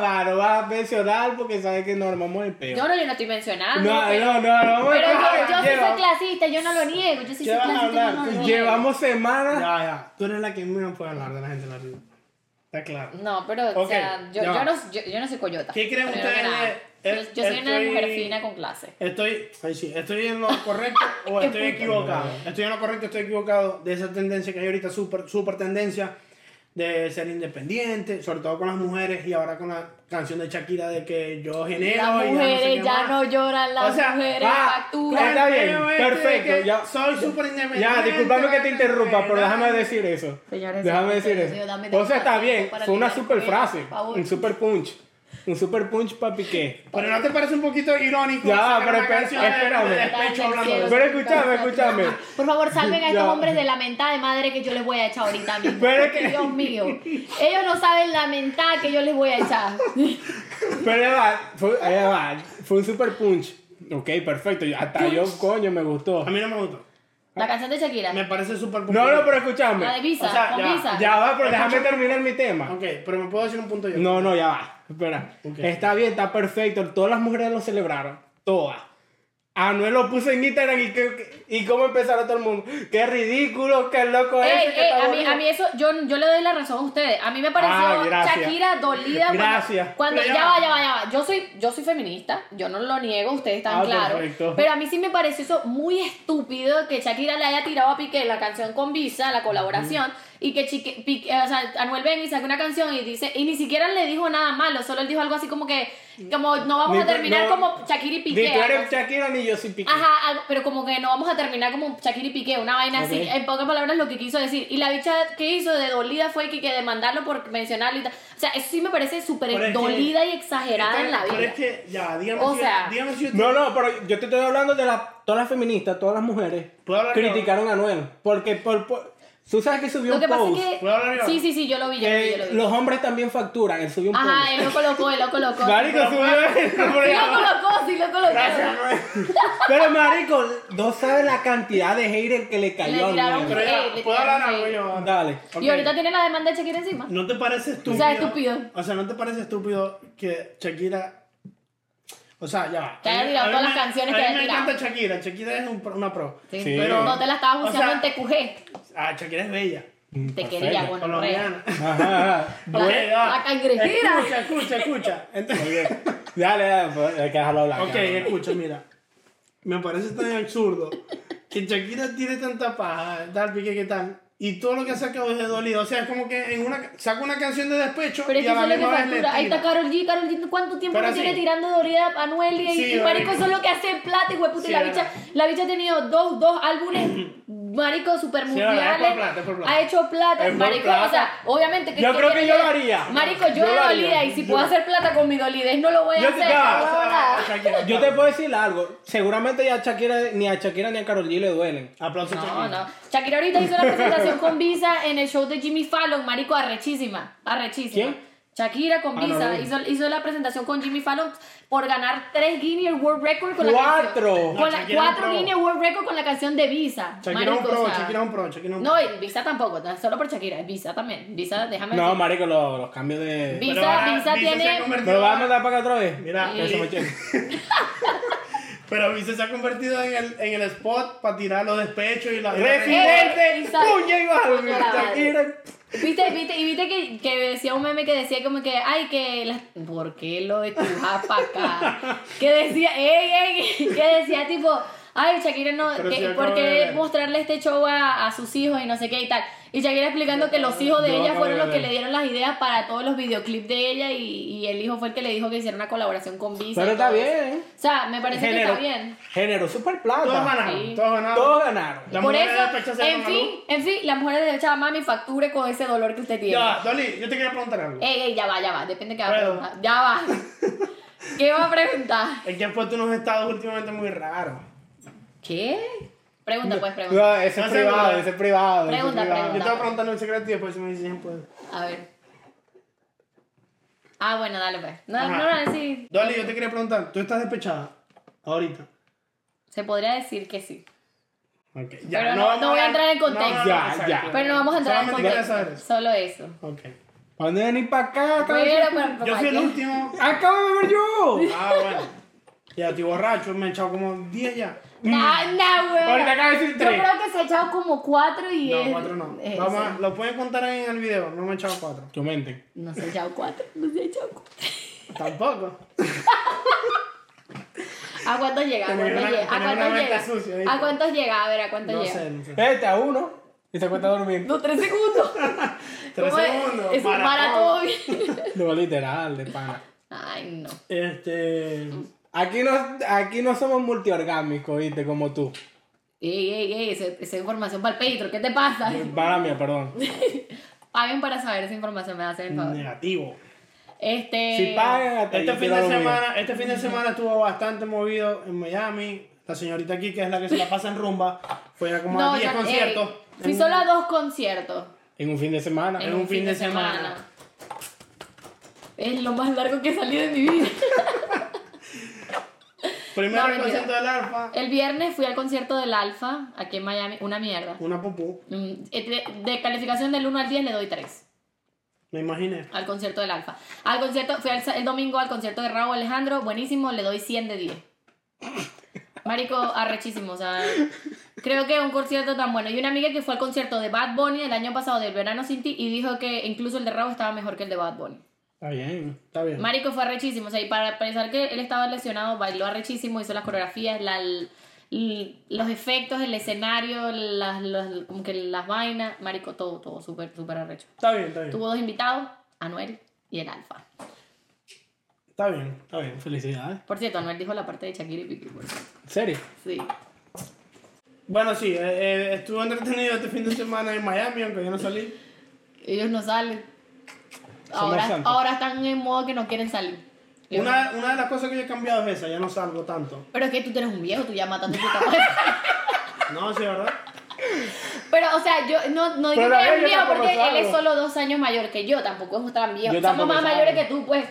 Speaker 1: va, no vas a mencionar porque sabes que nos armamos el
Speaker 2: Rita.
Speaker 1: peo.
Speaker 2: Yo no, yo Ah, no estoy mencionando.
Speaker 1: No,
Speaker 2: pero-
Speaker 1: no, no, no.
Speaker 2: Pero yo,
Speaker 1: ah,
Speaker 2: yo sí
Speaker 1: lleva-
Speaker 2: soy clasista, yo no lo niego. Yo sí soy
Speaker 3: Ya van a
Speaker 2: clasista, yo
Speaker 3: hablar,
Speaker 2: no
Speaker 3: Pues
Speaker 2: lo niego.
Speaker 3: tú
Speaker 1: Llevamos semanas.
Speaker 3: Ya, ya. Tú eres la que menos puede hablar de la gente en la vida. Está claro.
Speaker 2: No, pero, o
Speaker 3: Ok,
Speaker 2: sea, yo, yo,
Speaker 3: ya va.
Speaker 2: no, yo, yo no soy coyota.
Speaker 3: ¿Qué creen
Speaker 2: primero
Speaker 3: ustedes
Speaker 2: que nada.
Speaker 3: de-
Speaker 2: Yo-
Speaker 3: eh,
Speaker 2: Yo soy una
Speaker 3: estoy-
Speaker 2: mujer fina con clase.
Speaker 3: Estoy, ay, sí, estoy en lo correcto o estoy equivocado. Estoy en lo correcto, estoy equivocado de esa tendencia que hay ahorita, súper super tendencia de ser independiente, sobre todo con las mujeres y ahora con la canción de Shakira de que yo genero
Speaker 2: Las
Speaker 3: y ya no sé
Speaker 2: mujeres
Speaker 3: qué
Speaker 2: ya
Speaker 3: más.
Speaker 2: no lloran, las
Speaker 3: O sea,
Speaker 2: mujeres
Speaker 1: va,
Speaker 2: facturan.
Speaker 1: está bien,
Speaker 3: Pero este de
Speaker 1: perfecto,
Speaker 3: que
Speaker 1: ya.
Speaker 3: soy súper independiente.
Speaker 1: Ya, disculpame que te interrumpa, pero déjame
Speaker 3: decir
Speaker 1: decir eso.
Speaker 2: Señores,
Speaker 1: déjame
Speaker 2: señores,
Speaker 1: decir
Speaker 2: señores, dame
Speaker 1: eso. O sea, está
Speaker 2: tiempo
Speaker 1: bien,
Speaker 2: para
Speaker 1: fue una
Speaker 2: terminar
Speaker 1: super
Speaker 2: con
Speaker 1: frase,
Speaker 2: él, por favor.
Speaker 1: un super punch. Un super punch para Piqué.
Speaker 3: Pero no te parece un poquito irónico.
Speaker 1: Ya,
Speaker 3: sacar
Speaker 1: pero
Speaker 3: una
Speaker 1: espera-
Speaker 3: canción de-
Speaker 1: espérame.
Speaker 3: de despecho hablando de-
Speaker 1: Pero escúchame, escúchame.
Speaker 2: Por favor, salven a estos
Speaker 1: Ya.
Speaker 2: hombres de la mentada de madre que yo les voy a echar ahorita mismo.
Speaker 1: Pero es
Speaker 2: porque,
Speaker 1: que-
Speaker 2: Dios mío. Ellos no saben la mentada que yo les voy a echar.
Speaker 1: Pero ahí va, fue, ahí va, fue un super punch. Ok, perfecto. yo- Hasta yo, coño, me gustó.
Speaker 3: A mí no me gusta.
Speaker 2: La canción de Shakira.
Speaker 3: Me parece súper
Speaker 1: No, no,
Speaker 3: popular.
Speaker 1: pero
Speaker 2: La de
Speaker 1: escúchame.
Speaker 2: Visa.
Speaker 3: O sea,
Speaker 2: con
Speaker 3: ya,
Speaker 2: Visa.
Speaker 1: Ya va, pero déjame terminar mi tema.
Speaker 3: Ok, pero me puedo decir un punto yo.
Speaker 1: No, no, ya va. Espera.
Speaker 3: Ok.
Speaker 1: Está bien, está perfecto. Todas las mujeres lo celebraron. Todas. Anuel lo puso en Instagram y, que- y cómo empezaron todo el mundo. Qué ridículo, qué loco
Speaker 2: Ey,
Speaker 1: ese. que
Speaker 2: ey,
Speaker 1: está
Speaker 2: a, mí,
Speaker 1: bonito.
Speaker 2: a mí eso, yo, yo le doy la razón a ustedes. A mí me pareció
Speaker 1: Ah, gracias.
Speaker 2: Shakira dolida. cuando-
Speaker 1: Gracias.
Speaker 2: Cuando,
Speaker 3: Pero
Speaker 2: ya va, ya va, ya va. Yo soy, yo soy feminista, yo no lo niego, ustedes están
Speaker 1: Ah,
Speaker 2: claros.
Speaker 1: perfecto.
Speaker 2: Pero a mí sí me pareció eso muy estúpido que Shakira le haya tirado a Piqué la canción con Visa, la colaboración, y que Chique- Piqué- o sea, Anuel ven y saca una canción y dice, y ni siquiera le dijo nada malo, solo él dijo algo así como que, como no vamos
Speaker 1: Ni
Speaker 2: a
Speaker 1: tú-
Speaker 2: terminar
Speaker 1: no-
Speaker 2: como Shakira y
Speaker 1: Ni
Speaker 2: Piqué.
Speaker 1: tú
Speaker 2: algo
Speaker 1: eres
Speaker 2: así.
Speaker 1: Shakira ni yo soy Piqué.
Speaker 2: Ajá, algo- pero como que no vamos a terminar como Shakira y Piqué, una vaina
Speaker 1: Ok.
Speaker 2: así. En pocas palabras lo que quiso decir. Y la bicha que hizo de dolida fue que, que demandarlo por mencionarlo y tal. O sea, eso sí me parece
Speaker 3: Pero
Speaker 2: súper
Speaker 3: es que-
Speaker 2: dolida y exagerada en la
Speaker 3: Pero
Speaker 2: vida.
Speaker 3: es que, ya, dígame
Speaker 2: O
Speaker 3: si,
Speaker 2: sea-
Speaker 3: dígame si yo
Speaker 1: No, no, pero yo te estoy hablando de la- todas las feministas, todas las mujeres
Speaker 3: ¿Puedo hablar yo?
Speaker 1: criticaron a Anuel. Porque por, por- tú sabes que subió
Speaker 2: Lo
Speaker 1: un
Speaker 2: que pasa
Speaker 1: post.
Speaker 2: es que.
Speaker 3: ¿Puedo hablar yo?
Speaker 2: Sí, sí, sí, yo lo vi, yo lo vi, yo
Speaker 1: que
Speaker 2: lo vi.
Speaker 1: los hombres también facturan. Él subió un
Speaker 2: Ajá, eh.
Speaker 1: post.
Speaker 2: él lo colocó, él lo colocó. Sí
Speaker 1: Marico, subió
Speaker 2: lo colocó, sí lo colocó.
Speaker 3: Gracias, Noel.
Speaker 1: Pero marico, no sabes la cantidad de hater que le
Speaker 2: Le
Speaker 1: cayó a
Speaker 2: tiraron
Speaker 1: Anuel.
Speaker 3: Pero
Speaker 2: Ey, le
Speaker 3: ya, ¿puedo hablar
Speaker 2: tiraron
Speaker 3: algo
Speaker 2: ahí.
Speaker 3: yo? ahora?
Speaker 1: Dale.
Speaker 3: Ok.
Speaker 2: Y ahorita tiene la demanda de Shakira encima.
Speaker 3: ¿No te parece estúpido?
Speaker 2: sea, estúpido.
Speaker 3: O sea, ¿no te parece estúpido que Shakira... O sea, ya va.
Speaker 2: Que haya
Speaker 3: A mí-
Speaker 2: tirado
Speaker 3: a mí
Speaker 2: todas las
Speaker 3: me-
Speaker 2: canciones que
Speaker 3: A mí
Speaker 2: haya
Speaker 3: me
Speaker 2: tirado.
Speaker 3: encanta Shakira. Shakira es un pro- una pro.
Speaker 2: Sí.
Speaker 1: Sí.
Speaker 3: Pero-
Speaker 2: No te la estabas
Speaker 3: o
Speaker 2: buceando en
Speaker 3: sea,
Speaker 2: TQG.
Speaker 3: Ah, Shakira es bella.
Speaker 2: Te quería,
Speaker 1: Mm, Perfecto.
Speaker 2: con
Speaker 3: Colombiana.
Speaker 1: Ajá, ajá.
Speaker 2: La cangrejera.
Speaker 3: Escucha, escucha, escucha. Entonces-
Speaker 1: Muy bien. Dale, dale, pues, hay que dejarlo hablar.
Speaker 3: Ok,
Speaker 1: cabrón.
Speaker 3: escucha, mira. Me parece tan absurdo que Shakira tiene tanta paja, tal, pique, que tal. Y todo lo que ha sacado es de dolido. O sea, es como que en una, saca una canción de despecho
Speaker 2: Pero es
Speaker 3: y
Speaker 2: que
Speaker 3: a
Speaker 2: eso
Speaker 3: la
Speaker 2: es lo que
Speaker 3: misma vez le
Speaker 2: factura. Ahí está
Speaker 3: tira.
Speaker 2: Carol G. Carol G, ¿cuánto tiempo
Speaker 3: Pero
Speaker 2: le tiene
Speaker 3: sí.
Speaker 2: tirando Dorida a Anuel y,
Speaker 3: Sí,
Speaker 2: y Marico?
Speaker 3: marico.
Speaker 2: Eso es lo que hace plata y hueputa.
Speaker 3: Sí,
Speaker 2: y la
Speaker 3: vale.
Speaker 2: bicha, la bicha ha tenido dos, dos álbumes, Marico, super
Speaker 3: Sí, vale, es por
Speaker 2: mundiales.
Speaker 3: plata, es por plata.
Speaker 2: ha hecho plata,
Speaker 1: Es por
Speaker 2: Marico.
Speaker 1: plata.
Speaker 2: O sea, obviamente que.
Speaker 1: Yo creo que yo lo
Speaker 2: quiere-
Speaker 1: haría.
Speaker 2: Marico, yo,
Speaker 1: Yo lo
Speaker 2: he
Speaker 1: haría.
Speaker 2: dolida y si
Speaker 1: Yo-
Speaker 2: puedo hacer plata con mi dolidez, no lo voy a
Speaker 1: Yo-
Speaker 2: hacer.
Speaker 1: ya,
Speaker 2: no
Speaker 1: o
Speaker 2: hago nada.
Speaker 3: Shakira.
Speaker 1: Yo te puedo decir algo. Seguramente ya a Shakira, ni a Shakira ni a Karol G le duelen.
Speaker 3: Aplausos,
Speaker 2: No,
Speaker 3: Shakira.
Speaker 2: no. Shakira ahorita hizo la presentación con Visa en el show de Jimmy Fallon, marico, arrechísima, arrechísima.
Speaker 1: ¿Quién?
Speaker 2: Shakira con
Speaker 1: Ah, no,
Speaker 2: Visa
Speaker 1: no.
Speaker 2: hizo, hizo la presentación con Jimmy Fallon por ganar tres Guinness World Record con
Speaker 1: Cuatro.
Speaker 2: la canción.
Speaker 3: No,
Speaker 2: Con la-
Speaker 3: Shakira es un
Speaker 2: cuatro
Speaker 3: pro.
Speaker 2: Guinness World Record con la canción de Visa.
Speaker 3: Shakira es un
Speaker 2: marico, o
Speaker 3: pro,
Speaker 2: sea.
Speaker 3: Shakira es un pro, Shakira es un pro.
Speaker 2: No, y Visa tampoco, tan solo por Shakira, Visa también. Visa, déjame
Speaker 1: No,
Speaker 2: decir.
Speaker 1: marico, los, los cambios de...
Speaker 2: Vi-
Speaker 3: Pero
Speaker 2: Visa-
Speaker 3: ahora
Speaker 2: Visa
Speaker 3: se
Speaker 2: tiene-
Speaker 3: ha convertido
Speaker 1: ¿Me lo vas a
Speaker 3: ahora-
Speaker 1: mandar para acá otra vez?
Speaker 3: Mira,
Speaker 1: Eso
Speaker 3: eh,
Speaker 1: me quiere.
Speaker 3: pero Visa se ha convertido en el, en el spot para tirar los despechos y la. y la-
Speaker 2: Eh,
Speaker 1: Residente,
Speaker 2: Isa-
Speaker 1: puña igual.
Speaker 2: Coño, la madre.
Speaker 1: Shakira.
Speaker 2: ¿Viste, viste, y viste que, que decía un meme que decía como que, ay, que las... ¿Por qué lo estrujas para acá? Que decía, ey, ey, que decía tipo, ay, Shakira no,
Speaker 3: Pero
Speaker 2: que-
Speaker 3: si acabo
Speaker 2: ¿por
Speaker 3: de
Speaker 2: qué
Speaker 3: ver.
Speaker 2: mostrarle este show a, a sus hijos y no sé qué y tal? Y Shakira explicando que los hijos de
Speaker 1: Yo
Speaker 2: ella
Speaker 1: acabo de
Speaker 2: fueron los que
Speaker 1: ver.
Speaker 2: le dieron las ideas para todos los videoclips de ella y, y el hijo fue el que le dijo que hiciera una colaboración con Visa.
Speaker 1: Pero
Speaker 2: y
Speaker 1: está
Speaker 2: todo eso.
Speaker 1: bien.
Speaker 2: O sea, me parece
Speaker 1: Género.
Speaker 2: que está bien.
Speaker 1: Género, super
Speaker 3: Todos
Speaker 1: plata.
Speaker 3: ganaron,
Speaker 2: Eh, Sí.
Speaker 3: todos ganaron.
Speaker 1: Todos ganaron.
Speaker 3: Las
Speaker 2: Por
Speaker 3: mujeres
Speaker 2: eso,
Speaker 3: despechadas se
Speaker 2: en
Speaker 3: llaman
Speaker 2: fin, en fin, las mujeres de echar mami facture con ese dolor que usted tiene.
Speaker 3: Ya, Dolly, yo te quería preguntar algo.
Speaker 2: Ey, ey, ya va, ya va, depende de qué va a
Speaker 3: Bueno.
Speaker 2: preguntar. Ya va. ¿Qué va a preguntar?
Speaker 3: pues Es que has puesto unos estados últimamente muy raros.
Speaker 2: ¿Qué? Pregunta, pues, pregunta.
Speaker 1: No, ese es
Speaker 3: No,
Speaker 1: privado,
Speaker 3: seguro.
Speaker 1: ese es privado. ese es
Speaker 2: Pregunta,
Speaker 1: privado.
Speaker 3: Yo
Speaker 2: pregunta.
Speaker 3: estaba preguntando en secreto y después me dicen, pues.
Speaker 2: A ver. Ah, bueno, dale, pues. No,
Speaker 3: Ajá.
Speaker 2: no, no, sí.
Speaker 3: Dolly, yo te quería preguntar, ¿tú estás despechada? Ahorita.
Speaker 2: Se podría decir que sí.
Speaker 3: Ok.
Speaker 2: Pero no- no voy a entrar en contexto.
Speaker 1: Ya, ya.
Speaker 2: Pero no vamos a entrar en
Speaker 3: Solamente quería saber
Speaker 2: contexto.
Speaker 3: eso.
Speaker 2: Solo eso.
Speaker 3: Ok.
Speaker 1: Cuando venís para acá, acabo de-
Speaker 2: Pero, pero,
Speaker 3: Yo
Speaker 2: ¿para
Speaker 3: fui el
Speaker 2: qué?
Speaker 3: último.
Speaker 1: acabo de ver yo.
Speaker 3: Ah, bueno. Ya, estoy borracho, me he echado como 10 ya.
Speaker 2: Nah,
Speaker 3: Mm.
Speaker 2: nah, güey.
Speaker 1: Ahorita acaba de decir
Speaker 2: Yo
Speaker 1: tres.
Speaker 2: creo que se ha echado como cuatro y
Speaker 3: No,
Speaker 2: es-
Speaker 3: cuatro no.
Speaker 2: es-
Speaker 3: Vamos a- lo pueden contar ahí en el video, no me he echado cuatro.
Speaker 1: Tu mente.
Speaker 2: No se ha echado cuatro. No se ha echado cuatro.
Speaker 3: Tampoco.
Speaker 2: ¿A cuántos llega? ¿A
Speaker 3: Tener
Speaker 2: cuántos
Speaker 3: una-
Speaker 2: llega? ¿A
Speaker 3: tener una
Speaker 2: cuántos
Speaker 3: mente
Speaker 2: llega?
Speaker 3: sucia, ¿viste?
Speaker 2: ¿A cuántos llega? A ver, ¿a cuántos
Speaker 3: No
Speaker 2: llega?
Speaker 3: sé, no sé.
Speaker 1: Este a uno y se acuesta durmiendo.
Speaker 2: No, tres segundos.
Speaker 3: Tres
Speaker 2: ¿Cómo es?
Speaker 3: segundos.
Speaker 2: Es un maratón.
Speaker 1: Lo literal, de pana.
Speaker 2: Ay, no.
Speaker 3: Este.
Speaker 1: Aquí no, aquí no somos multiorgámicos, viste, como tú.
Speaker 2: Ey, ey, ey, esa, esa información para el Patreon, ¿qué te pasa?
Speaker 1: Para mí, perdón.
Speaker 2: Paguen para saber esa información, me hacen el favor.
Speaker 3: Negativo.
Speaker 2: Este.
Speaker 1: Si pagan, hasta
Speaker 3: Este
Speaker 1: yo
Speaker 3: fin,
Speaker 1: quiero
Speaker 3: de
Speaker 1: lo mío.
Speaker 3: semana, este fin de semana estuvo bastante movido en Miami. La señorita aquí, que es la que se la pasa en rumba, fue a como
Speaker 2: No, eh,
Speaker 3: a 10
Speaker 2: yo-
Speaker 3: conciertos.
Speaker 2: ey, fui solo a dos conciertos.
Speaker 1: En un fin de semana.
Speaker 2: En un fin de semana. Es lo más largo que he salido de mi vida.
Speaker 3: Primero
Speaker 2: No,
Speaker 3: el
Speaker 2: mentira.
Speaker 3: concierto del Alfa,
Speaker 2: El viernes fui al concierto del Alfa, aquí en Miami. Una mierda.
Speaker 3: una pupú,
Speaker 2: Mm, De, de calificación del 1 al 10 le doy 3
Speaker 3: me imaginé.
Speaker 2: al concierto del Alfa. Al concierto, fui al sa- el domingo al concierto de Raúl Alejandro, buenísimo, le doy 100 de 10. Marico, arrechísimo, o sea, creo que un concierto tan bueno. Y una amiga que fue al concierto de Bad Bunny el año pasado del Verano Sin Ti y dijo que incluso el de Raúl estaba mejor que el de Bad Bunny.
Speaker 1: Está bien.
Speaker 3: Está bien.
Speaker 2: Marico fue arrechísimo, o sea, y para pensar que él estaba lesionado, bailó arrechísimo, hizo las coreografías, la- l- los efectos, el escenario, las, los- como que las vainas, Marico, todo, todo súper, súper arrecho.
Speaker 3: Está bien, está bien.
Speaker 2: Tuvo dos invitados, Anuel y el Alfa.
Speaker 3: Está bien, está bien.
Speaker 1: Felicidades.
Speaker 2: Por cierto, Anuel dijo la parte de Shakira y Piqué, por cierto.
Speaker 1: ¿En serio?
Speaker 2: Sí.
Speaker 3: Bueno, sí, eh, eh, estuvo entretenido este fin de semana en Miami, aunque yo no salí.
Speaker 2: Ellos no salen.
Speaker 1: Son más
Speaker 2: Ahora,
Speaker 1: santos.
Speaker 2: ahora están en modo que no quieren salir. Ellos
Speaker 3: Una, una de las cosas que yo he cambiado es esa, ya no salgo tanto.
Speaker 2: no. Pero es que tú eres un viejo, tú ya mataste tu papá.
Speaker 3: No, sí, ¿verdad?
Speaker 2: Pero, o sea, yo no, no digo
Speaker 1: Pero la
Speaker 2: que eres un
Speaker 1: verga
Speaker 2: viejo
Speaker 1: tampoco
Speaker 2: porque él
Speaker 1: salgo.
Speaker 2: es solo dos años mayor que yo, tampoco es tan viejo.
Speaker 1: Yo
Speaker 2: Somos
Speaker 1: tampoco
Speaker 2: más
Speaker 1: salgo.
Speaker 2: mayores que tú, pues.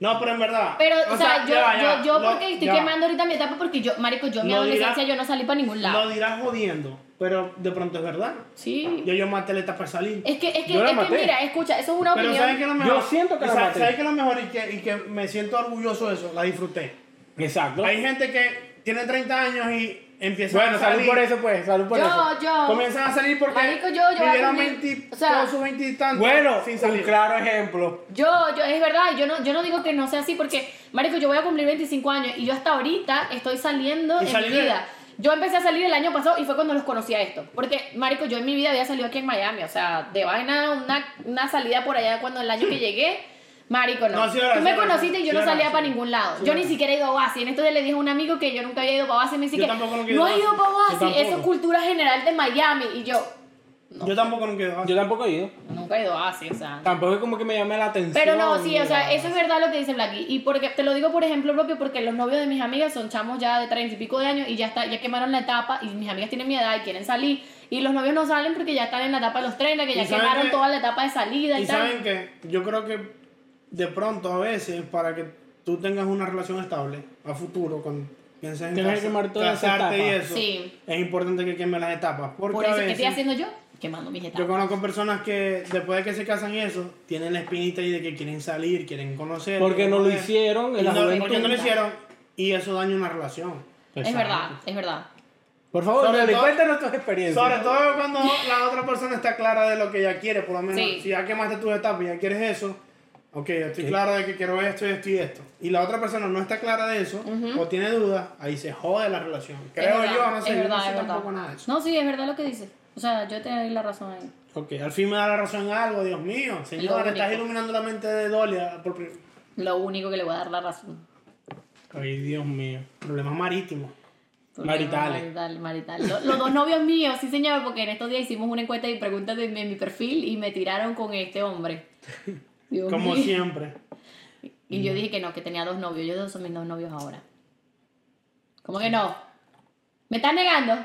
Speaker 3: No, pero en verdad.
Speaker 2: Pero, o, sea, yo,
Speaker 3: ya va, ya
Speaker 2: yo,
Speaker 3: va.
Speaker 2: yo
Speaker 3: Lo-
Speaker 2: porque estoy
Speaker 3: ya va.
Speaker 2: quemando ahorita mi etapa porque yo, marico, yo en mi
Speaker 3: Lo dirá-
Speaker 2: adolescencia yo no salí para ningún lado.
Speaker 3: Lo dirás jodiendo, pero de pronto es verdad.
Speaker 2: Sí.
Speaker 3: Yo, yo maté la etapa de salir.
Speaker 2: Es que, es que,
Speaker 1: Yo la
Speaker 2: es que
Speaker 1: maté.
Speaker 2: mira, escucha, eso es una
Speaker 3: Pero
Speaker 2: opinión.
Speaker 3: ¿sabes qué es lo
Speaker 1: Yo
Speaker 3: mejor?
Speaker 1: siento que la
Speaker 3: ¿Sabes-
Speaker 1: maté.
Speaker 3: ¿Sabes qué es lo mejor? Y que, y que me siento orgulloso de eso, la disfruté.
Speaker 1: Exacto.
Speaker 3: Hay gente que tiene 30 años y empieza
Speaker 1: Bueno,
Speaker 3: a salir.
Speaker 1: salud por eso, pues. Salud por
Speaker 2: Yo,
Speaker 1: eso.
Speaker 2: yo.
Speaker 3: Comienzan a salir porque
Speaker 2: Marico, yo- yo voy a
Speaker 3: vivieron
Speaker 2: cumplir-
Speaker 3: 20,
Speaker 2: o sea,
Speaker 3: todos sus 20 y tantos
Speaker 1: Bueno,
Speaker 3: sin
Speaker 1: un
Speaker 3: salir.
Speaker 1: claro ejemplo.
Speaker 2: Yo, yo, es verdad, yo no, yo no digo que no sea así porque, marico, yo voy a cumplir 25 años y yo hasta ahorita estoy saliendo
Speaker 3: Y
Speaker 2: en
Speaker 3: salir
Speaker 2: mi
Speaker 3: de-
Speaker 2: vida. Yo empecé a salir el año pasado y fue cuando los conocí a esto. Porque, marico, yo en mi vida había salido aquí en Miami. O sea, de vaina, una, una salida por allá cuando el año que llegué, marico, no.
Speaker 3: No, sí, ahora,
Speaker 2: Tú
Speaker 3: sí,
Speaker 2: me
Speaker 3: ahora,
Speaker 2: conociste
Speaker 3: sí,
Speaker 2: y yo
Speaker 3: sí,
Speaker 2: no
Speaker 3: ahora,
Speaker 2: salía
Speaker 3: sí.
Speaker 2: para ningún lado.
Speaker 3: Sí,
Speaker 2: yo
Speaker 3: ahora.
Speaker 2: ni siquiera he ido a Oasis. En estos días le dije a un amigo que yo nunca había ido para Oasis. Me dice
Speaker 3: Yo
Speaker 2: que
Speaker 3: tampoco nunca he
Speaker 2: no
Speaker 3: ido
Speaker 2: he
Speaker 3: a
Speaker 2: ido
Speaker 3: Oasis.
Speaker 2: para
Speaker 3: Yo
Speaker 2: Oasis. Eso
Speaker 3: tampoco.
Speaker 2: es cultura general de Miami. Y yo,
Speaker 3: Yo tampoco no quedo.
Speaker 1: Yo tampoco he ido.
Speaker 2: nunca he ido a Oasis. O sea,
Speaker 1: Tampoco es como que me llame la atención.
Speaker 2: Pero no, sí, o sea,
Speaker 1: ni
Speaker 2: eso es verdad lo que dice Blacky. Y porque te lo digo, por ejemplo, propio, porque los novios de mis amigas son chamos ya de treinta y pico de años y ya está, ya quemaron la etapa y mis amigas tienen mi edad y quieren salir. Y los novios no salen porque ya están en la etapa de los 30, que
Speaker 3: ¿Y
Speaker 2: ya
Speaker 3: saben
Speaker 2: quemaron
Speaker 3: qué?
Speaker 2: toda la etapa de salida y,
Speaker 3: Y
Speaker 2: tal.
Speaker 3: saben que yo creo que de pronto a veces para que tú tengas una relación estable a futuro cuando pienses en
Speaker 1: Tienes
Speaker 3: casa-
Speaker 1: que quemar todas esas
Speaker 3: casarte y
Speaker 1: etapas.
Speaker 3: eso
Speaker 2: Sí.
Speaker 3: es importante que quemen las etapas porque
Speaker 2: Por
Speaker 3: a
Speaker 2: eso, ¿qué estoy
Speaker 3: veces
Speaker 2: haciendo yo? Quemando mis
Speaker 3: yo
Speaker 2: etapas.
Speaker 3: conozco personas que después de que se casan y eso tienen la espinita ahí de que quieren salir quieren conocer
Speaker 1: Porque
Speaker 3: quieren
Speaker 1: no lo
Speaker 3: ver.
Speaker 1: hicieron
Speaker 3: Y
Speaker 1: en la
Speaker 3: no-
Speaker 1: juventud.
Speaker 3: porque no lo hicieron y eso daña una relación
Speaker 2: Es
Speaker 1: Exacto.
Speaker 2: verdad, es verdad.
Speaker 1: Por favor,
Speaker 3: Sobre
Speaker 1: dale,
Speaker 3: todo-
Speaker 1: cuéntanos tus experiencias.
Speaker 3: Sobre todo cuando la otra persona está clara de lo que ella quiere, por lo menos.
Speaker 2: Sí.
Speaker 3: Si ya quemaste tus etapas y ya quieres eso, ok, yo estoy
Speaker 1: Ok.
Speaker 3: claro de que quiero esto, esto y esto. Y la otra persona no está clara de eso o tiene dudas, ahí se jode la relación. Creo
Speaker 2: es verdad,
Speaker 3: yo, no sé,
Speaker 2: es
Speaker 3: yo
Speaker 2: verdad,
Speaker 3: no sé
Speaker 2: es verdad.
Speaker 3: tampoco nada de eso.
Speaker 2: No, sí, es verdad lo que dices. O sea, yo te doy la razón ahí.
Speaker 3: Ok, al fin me da la razón en algo, Dios mío. Señor,
Speaker 2: único.
Speaker 3: estás iluminando la mente de Dolly por pri-
Speaker 2: Lo único que le voy a dar la razón.
Speaker 1: Ay, Dios mío.
Speaker 3: problemas marítimos.
Speaker 1: Maritales.
Speaker 2: Marital, marital. Lo- Los, dos novios míos, sí señor, porque en estos días hicimos una encuesta y preguntas de mi, mi perfil y me tiraron con este hombre. Dios
Speaker 3: Como
Speaker 2: mío.
Speaker 3: siempre.
Speaker 2: Y yo dije que no, que tenía dos novios. Ellos dos son mis dos novios ahora. ¿Cómo que no? ¿Me estás negando?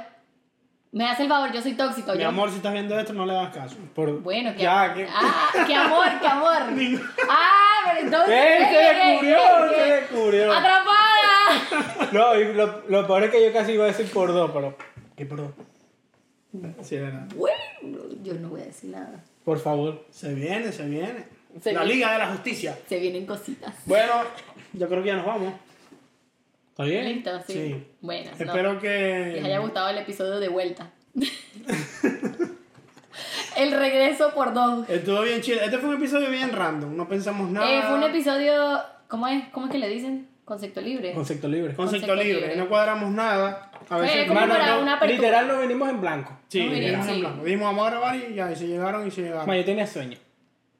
Speaker 2: Me hace el favor, yo soy tóxico.
Speaker 3: Mi
Speaker 2: yo-
Speaker 3: amor, si estás viendo esto, no le hagas caso.
Speaker 1: Por...
Speaker 2: Bueno, qué
Speaker 1: Ya,
Speaker 2: amor.
Speaker 1: que-
Speaker 2: Ah, qué amor, qué amor. ah, pero entonces.
Speaker 1: ¡Eh, se
Speaker 2: ey, ey,
Speaker 1: descubrió!
Speaker 2: ey,
Speaker 1: ¡Se
Speaker 2: ey!
Speaker 1: descubrió!
Speaker 2: eh, ¡Atrapada!
Speaker 1: No, y lo, lo peor es que yo casi iba a decir por dos, pero. ¿Qué por dos?
Speaker 3: Sí, verdad.
Speaker 2: Bueno, yo no voy a decir nada.
Speaker 1: Por favor.
Speaker 3: Se viene, se viene.
Speaker 2: Se
Speaker 3: la
Speaker 2: viene.
Speaker 3: Liga de la Justicia.
Speaker 2: Se vienen cositas.
Speaker 3: Bueno, yo creo que ya nos vamos.
Speaker 1: ¿Está bien?
Speaker 2: Listo, sí.
Speaker 3: Sí.
Speaker 2: Bueno, no.
Speaker 3: Espero que.
Speaker 2: les haya gustado el episodio de vuelta. el regreso por dos.
Speaker 3: Estuvo bien chido. Este fue un episodio bien random. No pensamos nada.
Speaker 2: Eh, fue un episodio. ¿Cómo es? ¿Cómo es que le dicen? Concepto libre.
Speaker 1: Concepto libre.
Speaker 3: Concepto,
Speaker 2: Concepto
Speaker 3: libre.
Speaker 2: libre. Eh,
Speaker 3: No cuadramos nada. A
Speaker 2: Fue
Speaker 3: veces.
Speaker 2: como
Speaker 3: Mano,
Speaker 2: para
Speaker 3: no-
Speaker 2: una apertura.
Speaker 1: Literal, nos venimos en blanco.
Speaker 3: Sí,
Speaker 2: No, miren,
Speaker 3: llegamos en
Speaker 2: sí.
Speaker 3: blanco. Dijimos, vamos a grabar y ya. Y se llegaron y se
Speaker 2: Ah.
Speaker 3: llegaron.
Speaker 1: Ma, yo tenía sueño.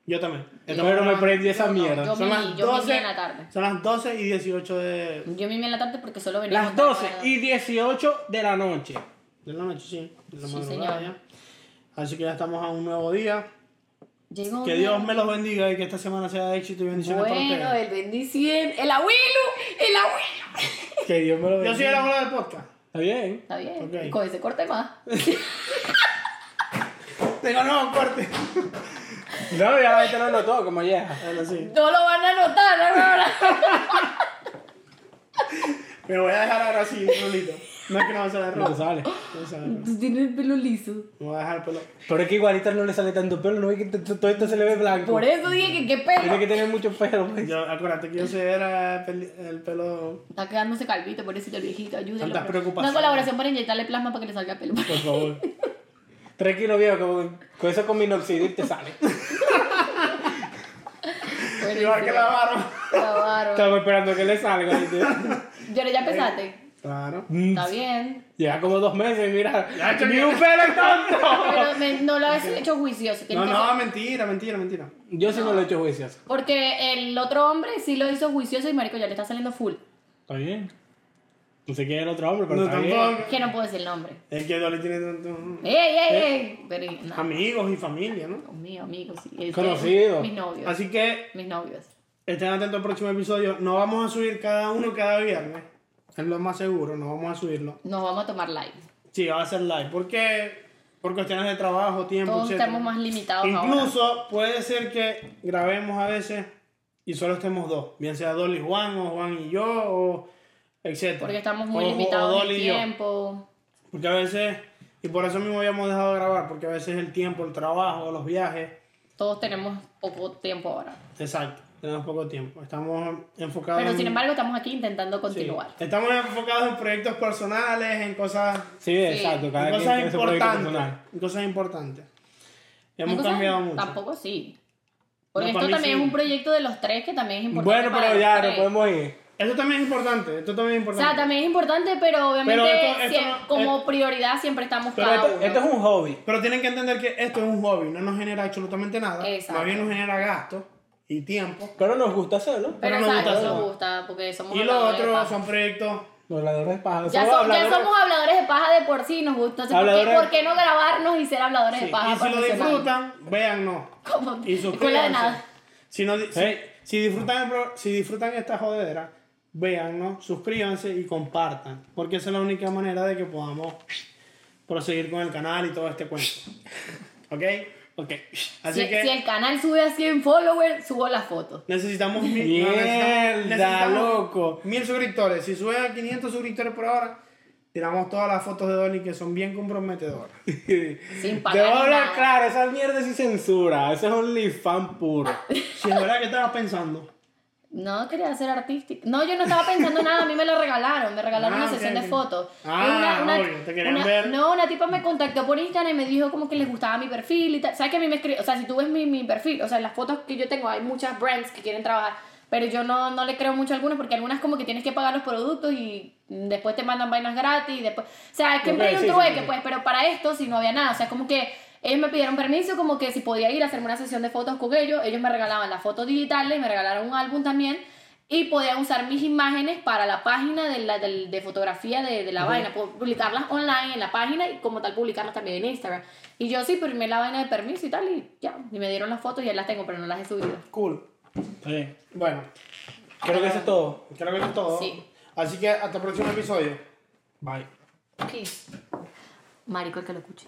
Speaker 3: Yo también. Estamos
Speaker 1: Pero me
Speaker 3: grabando.
Speaker 1: prendí esa
Speaker 2: No, no,
Speaker 1: mierda.
Speaker 2: yo-
Speaker 3: Son
Speaker 2: mi-
Speaker 3: las
Speaker 2: yo mi día
Speaker 3: 12.
Speaker 2: en la tarde.
Speaker 3: Son las 12 y 18 de,
Speaker 2: Yo mimé en la tarde porque solo venía.
Speaker 1: Las 12 y 18 de la noche.
Speaker 3: de la noche, sí. De la
Speaker 2: Sí,
Speaker 3: madrugada
Speaker 2: señor.
Speaker 3: ya. Así que ya estamos a un nuevo día.
Speaker 2: Llegó
Speaker 3: Que
Speaker 2: una-
Speaker 3: Dios me los bendiga y que esta semana sea de éxito y bendiciones
Speaker 2: Bueno,
Speaker 3: para ustedes.
Speaker 2: el bendicien. El abuelo. El abuelo.
Speaker 1: Que Dios me lo
Speaker 3: Yo
Speaker 1: bendiga.
Speaker 3: soy el abuelo del podcast.
Speaker 1: Está bien.
Speaker 2: Está bien.
Speaker 3: Ok.
Speaker 2: Con ese corte más.
Speaker 3: Tengo nuevo corte.
Speaker 1: No, ya la gente no notó, como ya.
Speaker 3: Bueno, sí.
Speaker 2: No lo van a notar ahora.
Speaker 3: Me voy a dejar ahora así, rulito. No es que no va a salir
Speaker 1: No te
Speaker 3: rojo.
Speaker 1: sale.
Speaker 3: No va a salir rojo.
Speaker 2: Tú tienes el pelo liso.
Speaker 3: Me voy a dejar el pelo.
Speaker 1: Pero es que igualita no le sale tanto pelo, no es que t- t- todo esto se le ve blanco.
Speaker 2: Por eso dije que qué
Speaker 1: Tiene
Speaker 2: pelo.
Speaker 1: que tener mucho pelo, pues.
Speaker 3: Yo, acuérdate que yo soy era peli- el pelo.
Speaker 2: Está quedándose calvito, por eso el viejito, ayúdelo.
Speaker 3: Tantas preocupaciones.
Speaker 2: Una colaboración para inyectarle plasma para que le salga pelo.
Speaker 1: Por favor. Tres kilos viejo, con, con eso con minoxidil te sale.
Speaker 2: Bueno,
Speaker 3: Igual que la barba.
Speaker 2: Claro.
Speaker 1: Estamos esperando que le salga. ¿viste?
Speaker 2: Lloré, ya empezaste.
Speaker 3: Claro.
Speaker 1: Mm,
Speaker 2: Está bien.
Speaker 1: Lleva como dos meses, mira.
Speaker 3: Ya, yo
Speaker 1: ¡Ni
Speaker 3: que-
Speaker 1: un pelo tonto!
Speaker 2: Pero me- no lo has hecho juicioso.
Speaker 3: No,
Speaker 2: tienes que
Speaker 3: no,
Speaker 2: hacer-
Speaker 3: mentira, mentira, mentira.
Speaker 1: Yo sí no lo he hecho juicioso.
Speaker 2: Porque el otro hombre sí lo hizo juicioso y marico ya le está saliendo full.
Speaker 1: Está bien. No sé quién es el otro hombre, pero
Speaker 3: No,
Speaker 1: está bien.
Speaker 3: tampoco.
Speaker 2: Que no puedo decir el nombre.
Speaker 3: Es que Dolly tiene tantos
Speaker 2: ¡Ey, ey,
Speaker 3: Eh,
Speaker 2: ey! Pero, no,
Speaker 3: amigos y familia, ¿no?
Speaker 2: Dios mío, amigos. sí, es que-
Speaker 1: Conocido.
Speaker 2: Mis novios.
Speaker 3: Así que
Speaker 2: Mis novios.
Speaker 3: estén atentos al próximo episodio. No vamos a subir cada uno cada viernes. Es lo más seguro, no vamos a subirlo.
Speaker 2: Nos vamos a tomar live.
Speaker 3: Sí, va a ser live. ¿Por qué? Por cuestiones de trabajo, tiempo,
Speaker 2: Todos
Speaker 3: etcétera.
Speaker 2: estamos más limitados ahora.
Speaker 3: Incluso puede ser que grabemos a veces y solo estemos dos. Bien sea Dolly y Juan, o Juan y yo, o etcétera.
Speaker 2: Porque estamos muy
Speaker 3: O- o
Speaker 2: limitados en
Speaker 3: Dolly
Speaker 2: el
Speaker 3: y yo.
Speaker 2: tiempo.
Speaker 3: Porque a veces, y por eso mismo habíamos dejado de grabar, porque a veces el tiempo, el trabajo, los viajes.
Speaker 2: Todos tenemos poco tiempo ahora.
Speaker 3: Exacto, tenemos poco tiempo. Estamos enfocados
Speaker 2: Pero
Speaker 3: en-
Speaker 2: sin embargo estamos aquí intentando
Speaker 3: sí.
Speaker 2: continuar.
Speaker 3: Estamos enfocados en proyectos personales, en cosas,
Speaker 1: Sí, exacto. Cada
Speaker 3: en
Speaker 1: quien
Speaker 3: cosas
Speaker 1: tiene su proyecto
Speaker 3: importantes.
Speaker 1: personal.
Speaker 3: En cosas importantes.
Speaker 2: Hay
Speaker 3: Hemos
Speaker 2: cosas-
Speaker 3: cambiado mucho.
Speaker 2: Tampoco sí. Porque
Speaker 3: No, para
Speaker 2: esto
Speaker 3: mí
Speaker 2: también
Speaker 3: sí.
Speaker 2: es un proyecto de los tres que también es importante.
Speaker 1: Bueno,
Speaker 2: para
Speaker 1: pero
Speaker 2: los
Speaker 1: ya,
Speaker 2: tres.
Speaker 1: no podemos ir.
Speaker 3: Esto también es importante, esto también es
Speaker 2: O sea,
Speaker 3: importante.
Speaker 2: también es importante, pero obviamente
Speaker 3: Pero esto- esto
Speaker 2: siem-
Speaker 3: no- eh,
Speaker 2: como prioridad siempre estamos
Speaker 1: Pero
Speaker 2: cada
Speaker 1: esto,
Speaker 2: uno.
Speaker 1: esto es un hobby.
Speaker 3: Pero tienen que entender que esto es un hobby, no nos genera absolutamente nada.
Speaker 2: Exacto.
Speaker 3: Más bien nos genera gastos y tiempo.
Speaker 1: Pero nos gusta hacerlo.
Speaker 2: Pero,
Speaker 3: pero nos
Speaker 2: exacto,
Speaker 3: gusta,
Speaker 2: nos
Speaker 3: ¿no?
Speaker 2: gusta, porque somos
Speaker 3: Y los
Speaker 2: habladores de
Speaker 3: otros
Speaker 2: paja.
Speaker 3: son proyectos.
Speaker 1: Los ladrones de paja.
Speaker 2: Ya,
Speaker 1: somos
Speaker 2: so- ya
Speaker 1: habladores-
Speaker 2: somos habladores de paja de por sí, nos gusta. Entonces, ¿por, qué,
Speaker 1: Habladores-
Speaker 2: por qué no grabarnos y ser habladores
Speaker 3: Sí,
Speaker 2: de paja?
Speaker 3: Y si lo
Speaker 2: profesional?
Speaker 3: disfrutan, véannos.
Speaker 2: Como
Speaker 3: Y
Speaker 2: escuela de
Speaker 3: suscríbanse.
Speaker 2: nada.
Speaker 3: Si, no, di- si-
Speaker 1: Hey.
Speaker 3: si disfrutan el pro- si disfrutan esta jodedera, véannos, suscríbanse y compartan. Porque esa es la única manera de que podamos proseguir con el canal y todo este cuento. ¿Ok? Ok. Así
Speaker 2: si,
Speaker 3: que
Speaker 2: si el canal sube a 100 followers, subo la foto.
Speaker 3: necesitamos mil. no, necesitamos-
Speaker 1: Mierda,
Speaker 3: necesitamos
Speaker 1: loco.
Speaker 3: Mil suscriptores. Si suben a 500 suscriptores por ahora, tiramos todas las fotos de Dolly que son bien comprometedoras.
Speaker 2: Sin
Speaker 1: Te voy
Speaker 2: pagar
Speaker 1: a
Speaker 2: ni
Speaker 1: hablar
Speaker 2: nada.
Speaker 1: claro, esa mierda sí censura. Eso es un fan puro.
Speaker 3: Si es verdad que estabas pensando.
Speaker 2: No quería ser artística. No, yo no estaba pensando nada. A mí me lo regalaron. Me regalaron
Speaker 3: Ah,
Speaker 2: una sesión
Speaker 3: ok,
Speaker 2: de
Speaker 3: ok.
Speaker 2: fotos.
Speaker 3: Ah, obvio, te querían
Speaker 2: una-
Speaker 3: ver.
Speaker 2: No, una tipa me contactó por Instagram y me dijo como que les gustaba mi perfil y tal. ¿Sabes que a mí me escribe? O sea, si tú ves mi, mi perfil, o sea, las fotos que yo tengo, hay muchas brands que quieren trabajar. Pero yo no, no le creo mucho a algunas porque algunas como que tienes que pagar los productos y después te mandan vainas gratis y después... O sea, es que
Speaker 1: Ok,
Speaker 2: siempre hay un
Speaker 1: sí, sí,
Speaker 2: trueque,
Speaker 1: sí.
Speaker 2: pues, pero para esto si no había nada. O sea, como que ellos me pidieron permiso como que si podía ir a hacerme una sesión de fotos con ellos. Ellos me regalaban las fotos digitales, me regalaron un álbum también y podía usar mis imágenes para la página de, la, del- de fotografía de, de la vaina, pu- publicarlas online en la página y como tal publicarlas también en Instagram. Y yo sí firmé la vaina de permiso y tal y ya, y me dieron las fotos y ya las tengo, pero no las he subido.
Speaker 3: Cool.
Speaker 1: Sí.
Speaker 3: Bueno,
Speaker 1: Creo que eso es todo.
Speaker 3: creo que eso es todo.
Speaker 2: Sí.
Speaker 3: Así que hasta el próximo episodio. Bye.
Speaker 2: Peace. Marico, el que lo escuche.